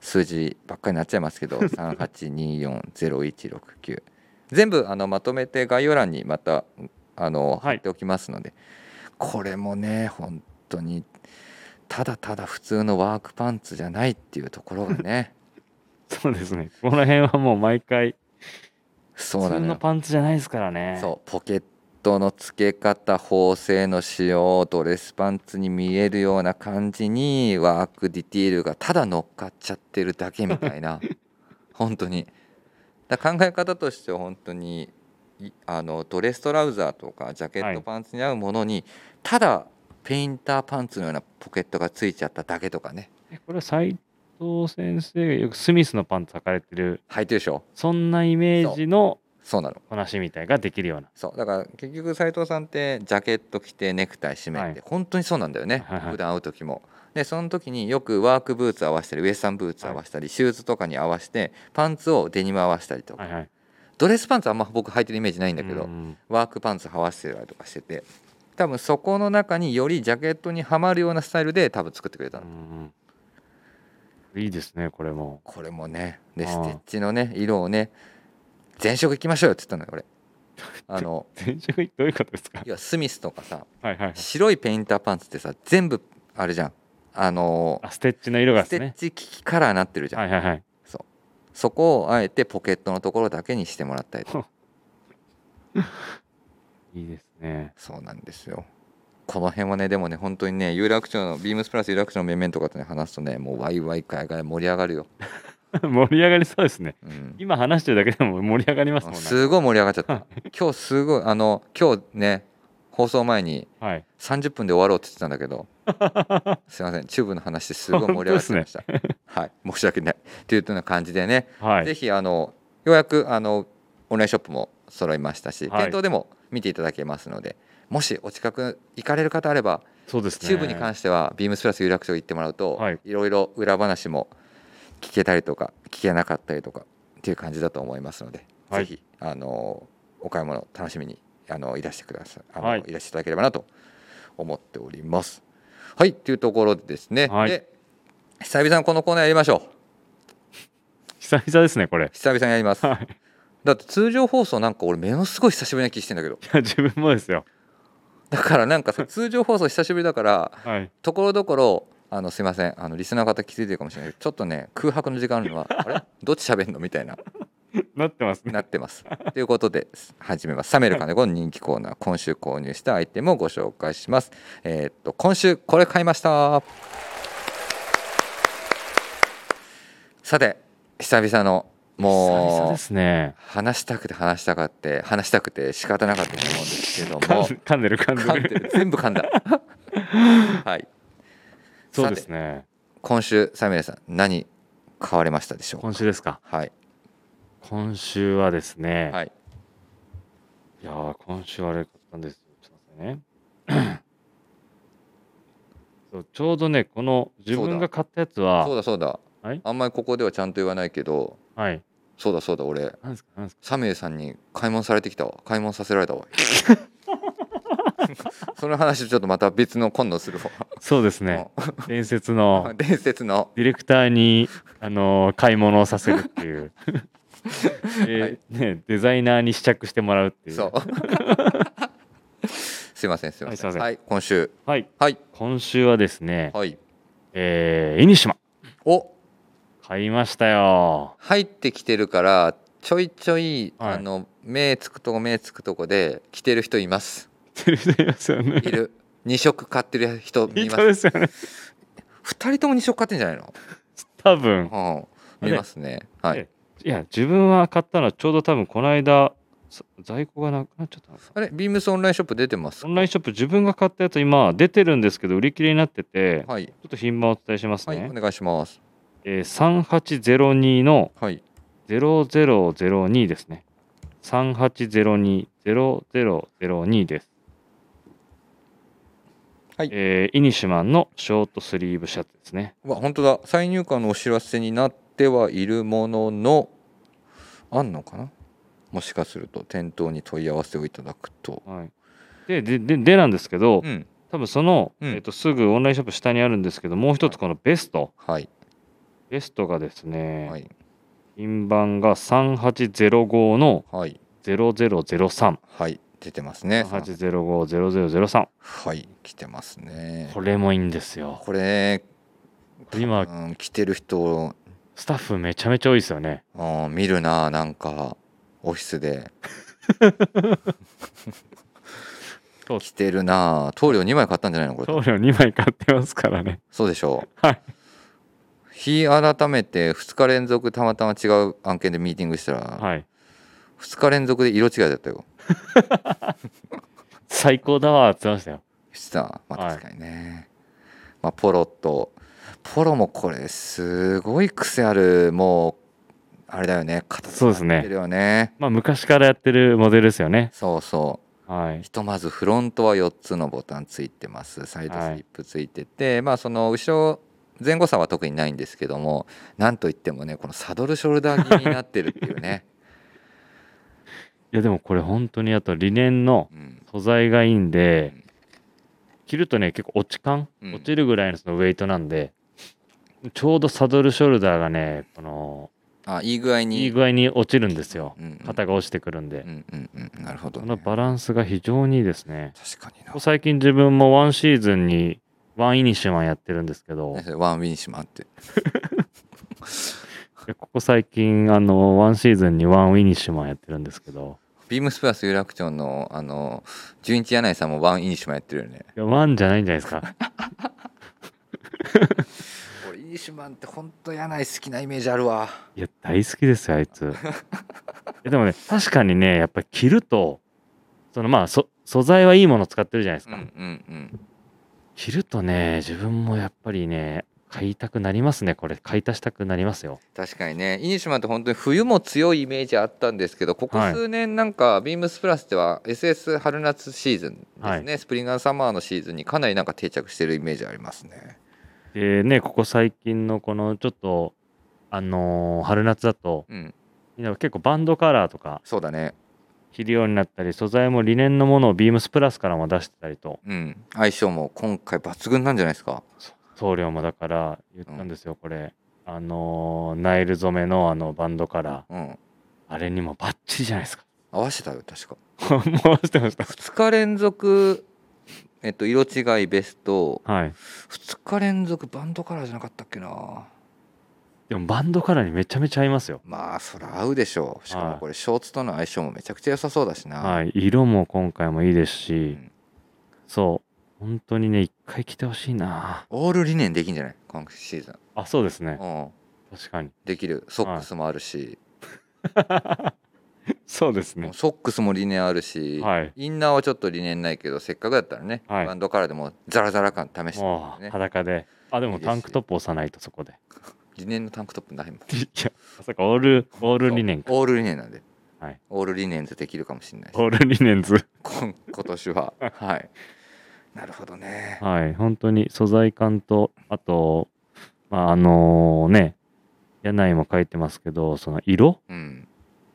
[SPEAKER 1] 数字ばっかりになっちゃいます けど38240169全部あのまとめて概要欄にまたあの
[SPEAKER 2] はい
[SPEAKER 1] 貼っておきますので、これもね本当にただただ普通のワークパンツじゃないっていうところが ね
[SPEAKER 2] そうですねこの辺はもう毎回
[SPEAKER 1] そう
[SPEAKER 2] 普
[SPEAKER 1] な
[SPEAKER 2] 通
[SPEAKER 1] のよ
[SPEAKER 2] のパンツじゃないですからね
[SPEAKER 1] そうポケットの付け方縫製の仕様ドレスパンツに見えるような感じにワークディティールがただ乗っかっちゃってるだけみたい な本当にだ考え方としては本当にいあのドレストラウザーとかジャケッ
[SPEAKER 2] は
[SPEAKER 1] ト
[SPEAKER 2] い
[SPEAKER 1] パンツに合うものに、ただペインターパンツのようなポケットがついちゃっただけとかね
[SPEAKER 2] えこれは斉藤先生がよくスミスのパンツ履かれてる
[SPEAKER 1] 履いてるでしょ
[SPEAKER 2] そんなイメージの
[SPEAKER 1] そうなの
[SPEAKER 2] こなしみたいができるような
[SPEAKER 1] そうだから結局斉藤さんってジャケット着てネクタイ締めて、
[SPEAKER 2] はい
[SPEAKER 1] 本当にそうなんだよね、
[SPEAKER 2] はいはい
[SPEAKER 1] 普段会う時も。でその時によくワークブーツ合わせたりウエスタンブーツ合わせたり、シューズとかに合わせてパンツをデニム合わせたりとか、
[SPEAKER 2] はいはい
[SPEAKER 1] ドレスパンツあんま僕履いてるイメージないんだけど、
[SPEAKER 2] うん
[SPEAKER 1] ワークパンツ合わせたりとかしてて多分そこの中によりジャケットにはまるようなスタイルで多分作ってくれたの、
[SPEAKER 2] うんいいですねこれも
[SPEAKER 1] これもねで
[SPEAKER 2] あー
[SPEAKER 1] ステッチのね色をね全色いきましょうよって言ったのよ 俺。あの
[SPEAKER 2] 全色どういうことですか
[SPEAKER 1] いやスミスとかさ
[SPEAKER 2] はいはいはい
[SPEAKER 1] 白いペインターパンツってさ全部あれじゃんあのー
[SPEAKER 2] あステッチの色がで
[SPEAKER 1] ス
[SPEAKER 2] す
[SPEAKER 1] テッ
[SPEAKER 2] ね
[SPEAKER 1] チ機器カラーになってるじゃん、
[SPEAKER 2] はいはいはい
[SPEAKER 1] そうそこをあえてポケットのところだけにしてもらったりと
[SPEAKER 2] いいですね
[SPEAKER 1] そうなんですよこの辺はねでもね本当にね有楽町のビームスプラス有楽町の面々とかとね話すとねもうワイワイ海外盛り上がるよ、
[SPEAKER 2] 盛り上がりそうですね
[SPEAKER 1] うん、
[SPEAKER 2] 今話してるだけでも盛り上がりますもんね
[SPEAKER 1] すごい盛り上がっちゃった今日すごいあの今日ね放送前に
[SPEAKER 2] はい
[SPEAKER 1] 30分で終わろうって言ってたんだけ どすいませんチューブの話ですごい盛り上がってました、はい申し訳ないというような感じでね、
[SPEAKER 2] はい
[SPEAKER 1] ぜひあのようやくあのオンラインショップも揃いましたし、
[SPEAKER 2] はい
[SPEAKER 1] 店頭でも見ていただけますのでもしお近く行かれる方あれば、
[SPEAKER 2] そうですね
[SPEAKER 1] チューブに関してはビームスプラス有楽町行ってもらうと、
[SPEAKER 2] はい
[SPEAKER 1] い、ろいろ裏話も聞けたりとか聞けなかったりとかっていう感じだと思いますので、
[SPEAKER 2] はい
[SPEAKER 1] ぜひあのお買い物楽しみにあのいらしてくださいあの、
[SPEAKER 2] はい
[SPEAKER 1] い、らしていただければなと思っております。はいというところでですね、
[SPEAKER 2] はい
[SPEAKER 1] で久々にこのコーナーやりましょう
[SPEAKER 2] 久々ですねこれ
[SPEAKER 1] 久々にやります、
[SPEAKER 2] はい
[SPEAKER 1] だって通常放送なんか俺ものすごい久しぶりな気してんだけど
[SPEAKER 2] いや自分もですよ
[SPEAKER 1] だからなんか さ通常放送久しぶりだから
[SPEAKER 2] はい
[SPEAKER 1] ところどころあのすいませんあのリスナーの方気づいてるかもしれないけどちょっとね空白の時間あるの はあれどっち喋んのみたいな
[SPEAKER 2] なってますね
[SPEAKER 1] なってますということで始めます冷める金子の人気コーナー今週購入したアイテムをご紹介しますえーっと今週これ買いましたさて久々の
[SPEAKER 2] 久
[SPEAKER 1] も
[SPEAKER 2] 々
[SPEAKER 1] う
[SPEAKER 2] ですね
[SPEAKER 1] 話したくて話したかって話したくて仕方なかったと思うんですけども
[SPEAKER 2] 噛ん噛んでる噛ん
[SPEAKER 1] 噛ん
[SPEAKER 2] で
[SPEAKER 1] で
[SPEAKER 2] る
[SPEAKER 1] る全部噛んだはい
[SPEAKER 2] そうですね
[SPEAKER 1] 今週サミュエルさん何買われましたでしょうか
[SPEAKER 2] 今週ですか
[SPEAKER 1] はい
[SPEAKER 2] 今週はですね、
[SPEAKER 1] はい
[SPEAKER 2] いやー、今週あれ買ったんですよ。ちょっと待ってね。 そうちょうどね、この自
[SPEAKER 1] そうだ
[SPEAKER 2] 分が買ったやつ
[SPEAKER 1] そう
[SPEAKER 2] は、
[SPEAKER 1] だそうだ
[SPEAKER 2] はい
[SPEAKER 1] あんまりここではちゃんと言わないけど
[SPEAKER 2] はい。
[SPEAKER 1] そうだそうだ俺
[SPEAKER 2] なんですか、なんですか。
[SPEAKER 1] サミュエルさんに買い物されてきたわ買い物させられ たわその話ちょっとまた別の今度するわ、
[SPEAKER 2] そうですね。伝説の
[SPEAKER 1] うん伝説の
[SPEAKER 2] ディレクターに、あのー買い物をさせるって いう。で
[SPEAKER 1] はい
[SPEAKER 2] ね、デザイナーに試着してもらうっていう。
[SPEAKER 1] そう すいませんすいません,、
[SPEAKER 2] はいすいません
[SPEAKER 1] はい今週
[SPEAKER 2] はい。
[SPEAKER 1] はい
[SPEAKER 2] 今週はですね、
[SPEAKER 1] はい
[SPEAKER 2] えー、イニシマ、
[SPEAKER 1] お
[SPEAKER 2] 買いましたよ。
[SPEAKER 1] 入ってきてるからちょいちょい、
[SPEAKER 2] はい
[SPEAKER 1] あの目つくとこ目つくとこで着てる人 い ます
[SPEAKER 2] テレビですよね
[SPEAKER 1] い。る2色買ってる人
[SPEAKER 2] い
[SPEAKER 1] 見
[SPEAKER 2] い
[SPEAKER 1] ま
[SPEAKER 2] 人
[SPEAKER 1] す
[SPEAKER 2] ですよね。
[SPEAKER 1] 2人とも2色買ってんじゃないの、
[SPEAKER 2] 多分。
[SPEAKER 1] うん、見ますねは
[SPEAKER 2] え
[SPEAKER 1] い
[SPEAKER 2] いや、自分は買ったのはちょうど多分この間、そ在庫がなくなっちゃったのか
[SPEAKER 1] あれビームスオンラインショップ出てます
[SPEAKER 2] オンラインショップ自分が買ったやつ今出てるんですけど売り切れになってて、
[SPEAKER 1] はい、
[SPEAKER 2] ちょっと品番をお伝えします
[SPEAKER 1] は
[SPEAKER 2] ね。
[SPEAKER 1] い、お願いします
[SPEAKER 2] えー3802の
[SPEAKER 1] はい
[SPEAKER 2] 0002ですね。3802-0002です。
[SPEAKER 1] はい
[SPEAKER 2] えーイニシュマンのショートスリーブシャツですね。
[SPEAKER 1] うわ本当だ再入荷のお知らせになってはいるもののあんのかなもしかすると店頭に問い合わせをいただくと
[SPEAKER 2] はい、ででででなんですけど、
[SPEAKER 1] うん
[SPEAKER 2] 多分その、
[SPEAKER 1] うん
[SPEAKER 2] えっとすぐオンラインショップ下にあるんですけどもう一つこのベスト、
[SPEAKER 1] はい
[SPEAKER 2] ベストがですね、
[SPEAKER 1] はい
[SPEAKER 2] 品番が3805の
[SPEAKER 1] はい
[SPEAKER 2] 0003。
[SPEAKER 1] はい出てますね
[SPEAKER 2] 3805-0003
[SPEAKER 1] はい来てますね
[SPEAKER 2] これもいいんですよ
[SPEAKER 1] これ
[SPEAKER 2] 今
[SPEAKER 1] うん、来てる人
[SPEAKER 2] スタッフめちゃめちゃ多いですよね
[SPEAKER 1] あー見るななんかオフィスで
[SPEAKER 2] そう
[SPEAKER 1] 来てるな棟梁2枚買ったんじゃないのこ
[SPEAKER 2] 送
[SPEAKER 1] れ
[SPEAKER 2] 料2枚買ってますか らね
[SPEAKER 1] そうでしょう
[SPEAKER 2] はい
[SPEAKER 1] 日改めて2日連続たまたま違う案件でミーティングしたら
[SPEAKER 2] はい
[SPEAKER 1] 2日連続で色違いだったよ
[SPEAKER 2] 最高だわーって言ってましたよ
[SPEAKER 1] したらまあ
[SPEAKER 2] はい
[SPEAKER 1] 確かにね、まあ、ポロとポロもこれすごい癖あるもうあれだよね形
[SPEAKER 2] そうですね
[SPEAKER 1] になってるよね
[SPEAKER 2] まあ昔からやってるモデルですよね
[SPEAKER 1] そうそう
[SPEAKER 2] はい
[SPEAKER 1] ひとまずフロントは4つのボタンついてますサイドスリップついてて、まあその後ろ前後差は特にないんですけどもなんといってもねこのサドルショルダー気になってるっていう ね、
[SPEAKER 2] いやでもこれ本当にあとリネンの
[SPEAKER 1] うん、
[SPEAKER 2] 素材がいいんで
[SPEAKER 1] うん
[SPEAKER 2] 着るとね結構落ち感
[SPEAKER 1] うん
[SPEAKER 2] 落ちるぐらいのそのウェイトなんでちょうどサドルショルダーがねこの
[SPEAKER 1] あいい具合に
[SPEAKER 2] いい具合に落ちるんですよ
[SPEAKER 1] うんうん
[SPEAKER 2] 肩が落ちてくるんで
[SPEAKER 1] うんうんうんなるほど、
[SPEAKER 2] こ
[SPEAKER 1] ね、
[SPEAKER 2] のバランスが非常にいいですね
[SPEAKER 1] 確かに
[SPEAKER 2] ここ最近自分もワンシーズンにワンイニッシュマンやってるんですけど
[SPEAKER 1] な、ねワンウィンシマンって
[SPEAKER 2] いやここ最近あのワンシーズンにワンイニッシュマンやってるんですけど
[SPEAKER 1] ビームスプラス有楽町のあの純一柳井さんもワンインシマンやってるよね
[SPEAKER 2] いやワンじゃないんじゃない ですか
[SPEAKER 1] 俺インシマンって本当柳井好きなイメージあるわ
[SPEAKER 2] いや大好きですよあいついやでもね確かにねやっぱ着るとそのまあそ素材はいいもの使ってるじゃないです
[SPEAKER 1] う
[SPEAKER 2] か、
[SPEAKER 1] んうんうん
[SPEAKER 2] 着るとね自分もやっぱりね買いたくなりますねこれ買い足したくなりますよ
[SPEAKER 1] 確かにねイニシュマンって本当に冬も強いイメージあったんですけどここ
[SPEAKER 2] はい
[SPEAKER 1] 数年なんか、ビームスプラスでは SS 春夏シーズンですね、スプリングサマーのシーズンにかなりなんか定着してるイメージありますね
[SPEAKER 2] でねここ最近のこのちょっとあのー春夏だと
[SPEAKER 1] うん
[SPEAKER 2] みんな結構バンドカラーとか
[SPEAKER 1] そうだね
[SPEAKER 2] 着るようになったり素材もリネンのものをビームスプラスからも出してたりと
[SPEAKER 1] うん相性も今回抜群なんじゃないですか
[SPEAKER 2] 送料もだから言ったんですよ、これあのーナイル染めのあのバンドカラー
[SPEAKER 1] うん
[SPEAKER 2] あれにもバッチリじゃないですか
[SPEAKER 1] 合わせたよ確か
[SPEAKER 2] もうしてました
[SPEAKER 1] 2日連続えっと色違いベスト
[SPEAKER 2] はい
[SPEAKER 1] 2日連続バンドカラーじゃなかったっけな
[SPEAKER 2] でもバンドカラーにめちゃめちゃ合いますよ
[SPEAKER 1] まあそら合うでしょうしかもこれショーツとの相性もめちゃくちゃ良さそうだしな、
[SPEAKER 2] はい色も今回もいいですし、
[SPEAKER 1] ん
[SPEAKER 2] そう本当にね一回着てほしいな
[SPEAKER 1] オール理念できんじゃない今シーズン
[SPEAKER 2] あそうですね
[SPEAKER 1] うん、
[SPEAKER 2] 確かに
[SPEAKER 1] できるソックスもあるし、
[SPEAKER 2] そうですね
[SPEAKER 1] ソックスもリネンあるし、
[SPEAKER 2] はい
[SPEAKER 1] インナーはちょっとリネンないけどせっかくだったらね、
[SPEAKER 2] はい
[SPEAKER 1] バンドカラーでもザラザラ感試してみ
[SPEAKER 2] も
[SPEAKER 1] て
[SPEAKER 2] う
[SPEAKER 1] ね
[SPEAKER 2] 裸であで
[SPEAKER 1] いい
[SPEAKER 2] も
[SPEAKER 1] ですよ
[SPEAKER 2] タンクトップ押さないとそこで
[SPEAKER 1] リネンのタンクトップないもん
[SPEAKER 2] いやまさかオールオール理念か
[SPEAKER 1] そうオールリネンなんで、
[SPEAKER 2] はい
[SPEAKER 1] オールリネンズできるかもしれないし
[SPEAKER 2] オール理念ズ
[SPEAKER 1] こん 今年 ははいなるほどね
[SPEAKER 2] はい、本当に素材感と、あと、まあ、あのね、柳井も書いてますけど、その色、
[SPEAKER 1] うん、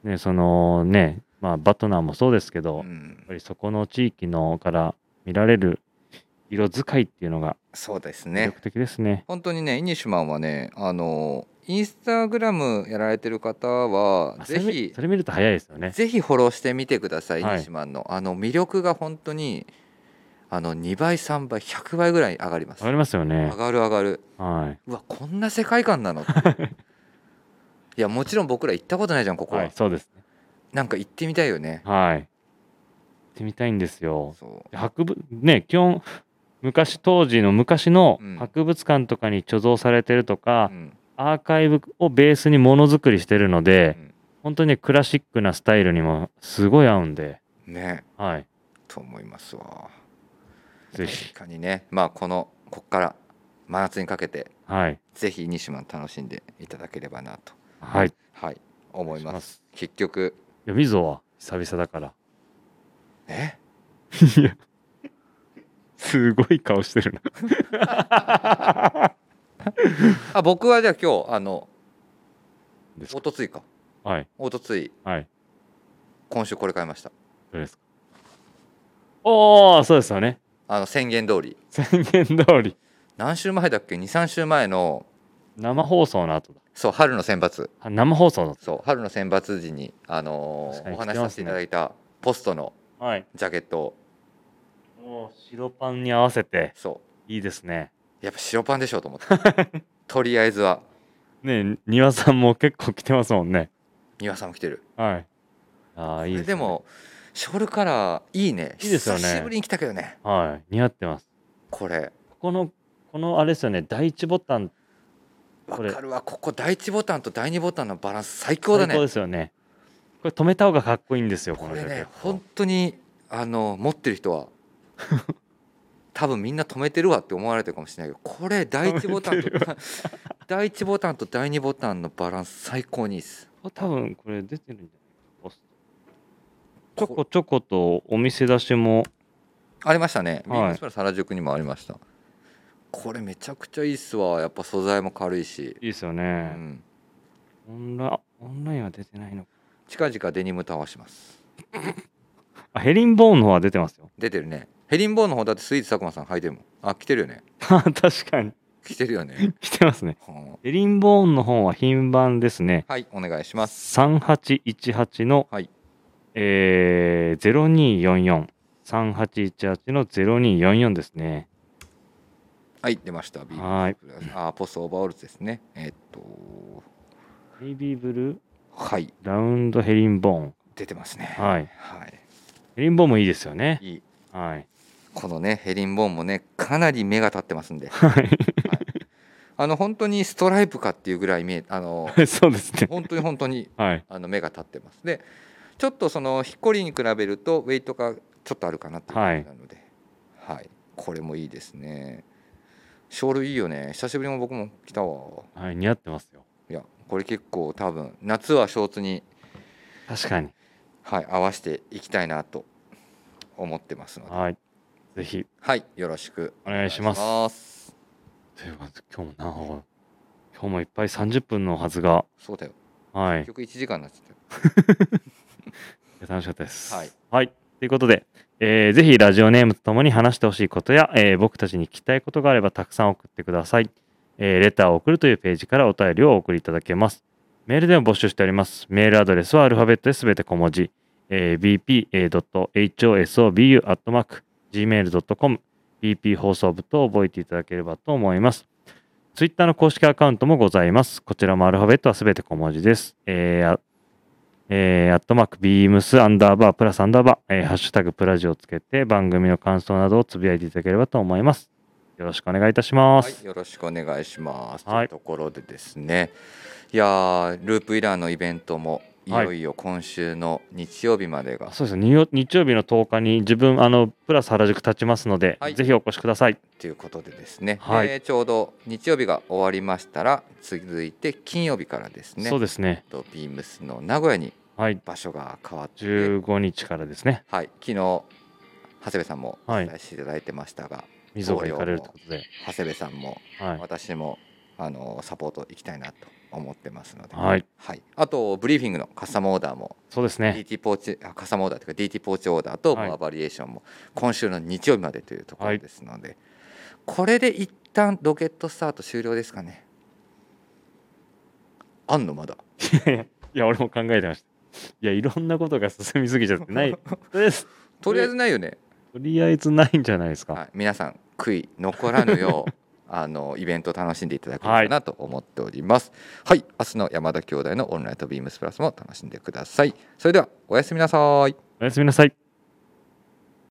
[SPEAKER 2] ね、そのね、まあ、バトナーもそうですけ
[SPEAKER 1] う
[SPEAKER 2] ど、やっ
[SPEAKER 1] ん
[SPEAKER 2] ぱ、りそこの地域のから見られる色使いっていうのが
[SPEAKER 1] そうです
[SPEAKER 2] 魅
[SPEAKER 1] ね
[SPEAKER 2] 力的ですね。
[SPEAKER 1] 本当にねイニシュマンはねあのインスタグラムやられてる方は
[SPEAKER 2] あ
[SPEAKER 1] ぜ
[SPEAKER 2] それ
[SPEAKER 1] ひ
[SPEAKER 2] 見それ見ると早いですよね。
[SPEAKER 1] ぜひフォローしてみてください、
[SPEAKER 2] はい
[SPEAKER 1] 西マンのあの魅力が本当にあの2倍3倍100倍ぐらい上がります
[SPEAKER 2] わかりますよ
[SPEAKER 1] 上
[SPEAKER 2] ね。
[SPEAKER 1] がる上がる
[SPEAKER 2] は
[SPEAKER 1] うわこんな世界観な のっていやもちろん僕ら行ったことないじゃんこ
[SPEAKER 2] い。
[SPEAKER 1] こは、
[SPEAKER 2] はい、そうですね。
[SPEAKER 1] なんか行ってみたいよね
[SPEAKER 2] はい。行ってみたいんですよ。
[SPEAKER 1] そ
[SPEAKER 2] 博物ね基本昔当時の昔の
[SPEAKER 1] うん
[SPEAKER 2] 博物館とかに貯蔵されてると
[SPEAKER 1] う、
[SPEAKER 2] か
[SPEAKER 1] う、ん
[SPEAKER 2] アーカイブをベースにものづくりしてるので、
[SPEAKER 1] うん
[SPEAKER 2] 本当にねクラシックなスタイルにもすごい合うんで、
[SPEAKER 1] ね
[SPEAKER 2] はい、
[SPEAKER 1] と思いますわ
[SPEAKER 2] ぜひ、
[SPEAKER 1] 確かにねまあこのこっから真夏にかけて
[SPEAKER 2] はい、
[SPEAKER 1] ぜひ西マン楽しんでいただければなと
[SPEAKER 2] はい、い
[SPEAKER 1] はい思います
[SPEAKER 2] します
[SPEAKER 1] 結局
[SPEAKER 2] やみぞは久々だから、
[SPEAKER 1] え
[SPEAKER 2] いやすごい顔してるな。
[SPEAKER 1] あ僕はじゃあ今日あの
[SPEAKER 2] です
[SPEAKER 1] おとついか
[SPEAKER 2] はい。
[SPEAKER 1] おとつい
[SPEAKER 2] はい。
[SPEAKER 1] 今週これ買いました
[SPEAKER 2] どうですかおー、そうですよね。
[SPEAKER 1] あの宣言通り
[SPEAKER 2] 宣言通り。
[SPEAKER 1] 何週前だっけ23週前の
[SPEAKER 2] 生放送の後だ。
[SPEAKER 1] そう春の選抜
[SPEAKER 2] あ生放送だっ
[SPEAKER 1] そう春の選抜時に、あのー
[SPEAKER 2] 確かに
[SPEAKER 1] お
[SPEAKER 2] 着てます
[SPEAKER 1] 話し
[SPEAKER 2] ね
[SPEAKER 1] させていただいたポストの
[SPEAKER 2] た。はい。
[SPEAKER 1] ジャケットを
[SPEAKER 2] もう白パンに合わせて、
[SPEAKER 1] そ
[SPEAKER 2] いいですね。
[SPEAKER 1] うやっぱ白パンでしょうと思って とりあえずは
[SPEAKER 2] ね丹羽さんも結構来てますもんね。
[SPEAKER 1] 丹羽さんも来てる
[SPEAKER 2] はい。ああ、いいです、ね。
[SPEAKER 1] で、もショールカラーいいね
[SPEAKER 2] いいですよね
[SPEAKER 1] 久しぶりに来たけどね
[SPEAKER 2] はい。似合ってます。
[SPEAKER 1] これ
[SPEAKER 2] ここの、このあれですよね、第一ボタン、
[SPEAKER 1] わ
[SPEAKER 2] これ
[SPEAKER 1] かるわここ第一ボタンと第二ボタンのバランス最強だ
[SPEAKER 2] 最
[SPEAKER 1] ね
[SPEAKER 2] 高ですよね。これ止めた方がかっこいいんですよ、こ
[SPEAKER 1] こ
[SPEAKER 2] の
[SPEAKER 1] れね
[SPEAKER 2] ほ
[SPEAKER 1] 本当にあの持ってる人 は多分みんな止めてるわって思われてるかもしれないけどこれ第一ボタン
[SPEAKER 2] 止
[SPEAKER 1] と第一ボタンと第二ボタンのバランス最高にいいです
[SPEAKER 2] 多分これ出てるんじゃないかポスト。ちょこちょことお店出しも、
[SPEAKER 1] ありましたね、
[SPEAKER 2] はい
[SPEAKER 1] ビームスプラス原宿にもありましたこれめちゃくちゃいいっすわやっぱ素材も軽いし、
[SPEAKER 2] いいですよ
[SPEAKER 1] う
[SPEAKER 2] ね。
[SPEAKER 1] ん、
[SPEAKER 2] オンラオンラインは出てないのか。
[SPEAKER 1] 近々デニム倒します
[SPEAKER 2] あ、ヘリンボーンの方は出てますよ。
[SPEAKER 1] 出てるねヘリンボーンの方だってスイーツ佐久間さん履いてるもんあ来てるよね
[SPEAKER 2] あ確かに。
[SPEAKER 1] 来てるよ ね
[SPEAKER 2] 来てますね。
[SPEAKER 1] は
[SPEAKER 2] ヘリンボーンの方は品番ですね。
[SPEAKER 1] あはいお願いします
[SPEAKER 2] 3818の、
[SPEAKER 1] はい
[SPEAKER 2] えー、02443818の0244ですね。
[SPEAKER 1] はい出ましたビーム
[SPEAKER 2] はい。
[SPEAKER 1] スプラスあポストオーバーオールズですねえっと
[SPEAKER 2] ベイビーブルー、
[SPEAKER 1] はい
[SPEAKER 2] ラウンドヘリンボーン。
[SPEAKER 1] 出てますね
[SPEAKER 2] はい。
[SPEAKER 1] はい
[SPEAKER 2] ヘリンボーンもいいですよね。
[SPEAKER 1] いい
[SPEAKER 2] はい。
[SPEAKER 1] このねヘリンボーンもねかなり目が立ってますんで、はいあの本当にストライプかっていうぐらい見えあ の
[SPEAKER 2] そうですね。
[SPEAKER 1] 本当に本当に
[SPEAKER 2] はい。
[SPEAKER 1] あの目が立ってますでちょっとそのヒッコリに比べるとウェイトがちょっとあるかなっていう感じなので、はいこれもいいですねショールいいよね久しぶりも僕も来たわ
[SPEAKER 2] はい、似合ってますよ。
[SPEAKER 1] いやこれ結構多分夏はショーツに、
[SPEAKER 2] 確かに。
[SPEAKER 1] はい、合わせていきたいなと思ってますので
[SPEAKER 2] はい。ぜひ。
[SPEAKER 1] はいよろしく
[SPEAKER 2] お願いします
[SPEAKER 1] お願いします
[SPEAKER 2] ということで今日も何本今日もいっぱい30分のはずが、
[SPEAKER 1] そうだよ
[SPEAKER 2] はい
[SPEAKER 1] 結。局1時間になっちゃったよ
[SPEAKER 2] いや楽しかったです。
[SPEAKER 1] はい。
[SPEAKER 2] ということで、えーぜひラジオネームとともに話してほしいことや、えー僕たちに聞きたいことがあればたくさん送ってください。えーレターを送るというページからお便りをお送りいただけます。メールでも募集しております。メールアドレスはアルファベットですべて小文字、えー bp.hosobu.gmail.com、bp 放送部と覚えていただければと思います。ツイッターの公式アカウントもございます。こちらもアルファベットはすべて小文字です。えーえー、アットマーク、ビームス、アンダーバー、プラスアンダーバー、えーハッシュタグ、プラジをつけて、番組の感想などをつぶやいていただければと思います。よろしくお願いいたしま
[SPEAKER 1] はい、
[SPEAKER 2] す。
[SPEAKER 1] よろしくお願いします。
[SPEAKER 2] はい
[SPEAKER 1] というところでですね、いやーループイラーのイベントもい
[SPEAKER 2] はい
[SPEAKER 1] よいよ今週の日曜日までが、
[SPEAKER 2] あそうですね、によ日曜日の10日に自分、あの、プラス原宿立ちますので、
[SPEAKER 1] はい
[SPEAKER 2] ぜひお越しください。
[SPEAKER 1] ということでですね、
[SPEAKER 2] はい
[SPEAKER 1] えーちょうど日曜日が終わりましたら続いて金曜日からですね
[SPEAKER 2] そうですね。
[SPEAKER 1] えっとビームスの名古屋に
[SPEAKER 2] はい。
[SPEAKER 1] 場所が変わって、
[SPEAKER 2] 15日からですね、
[SPEAKER 1] はい、昨日長谷部さんもお
[SPEAKER 2] はい
[SPEAKER 1] 伝えしていただいてましたが、
[SPEAKER 2] 溝が行かれるということで、
[SPEAKER 1] 長谷部さんも
[SPEAKER 2] はい。
[SPEAKER 1] 私もあのサポート行きたいなと思ってますので、
[SPEAKER 2] はい。
[SPEAKER 1] あとブリーフィングのカスタムオーダーも
[SPEAKER 2] そうですね。
[SPEAKER 1] DT ポーチあカスタムオーダーというか DT ポーチオーダーと
[SPEAKER 2] は
[SPEAKER 1] バ
[SPEAKER 2] い
[SPEAKER 1] ーバリエーションも今週の日曜日までというところですので、これで一旦ロケットスタート終了ですかねあんのまだ
[SPEAKER 2] いや、俺も考えてました。いや、いろんなことが進みすぎちゃってない。です。
[SPEAKER 1] とりあえずないよね、
[SPEAKER 2] とりあえずないんじゃないですか。
[SPEAKER 1] はい、皆さん悔い残らぬよ うあのイベントを楽しんでいただければなと思っておりますはい、明日の山田兄弟のオンラインとビームスプラスも楽しんでくださいそれではおやすみなさい
[SPEAKER 2] おやすみなさい。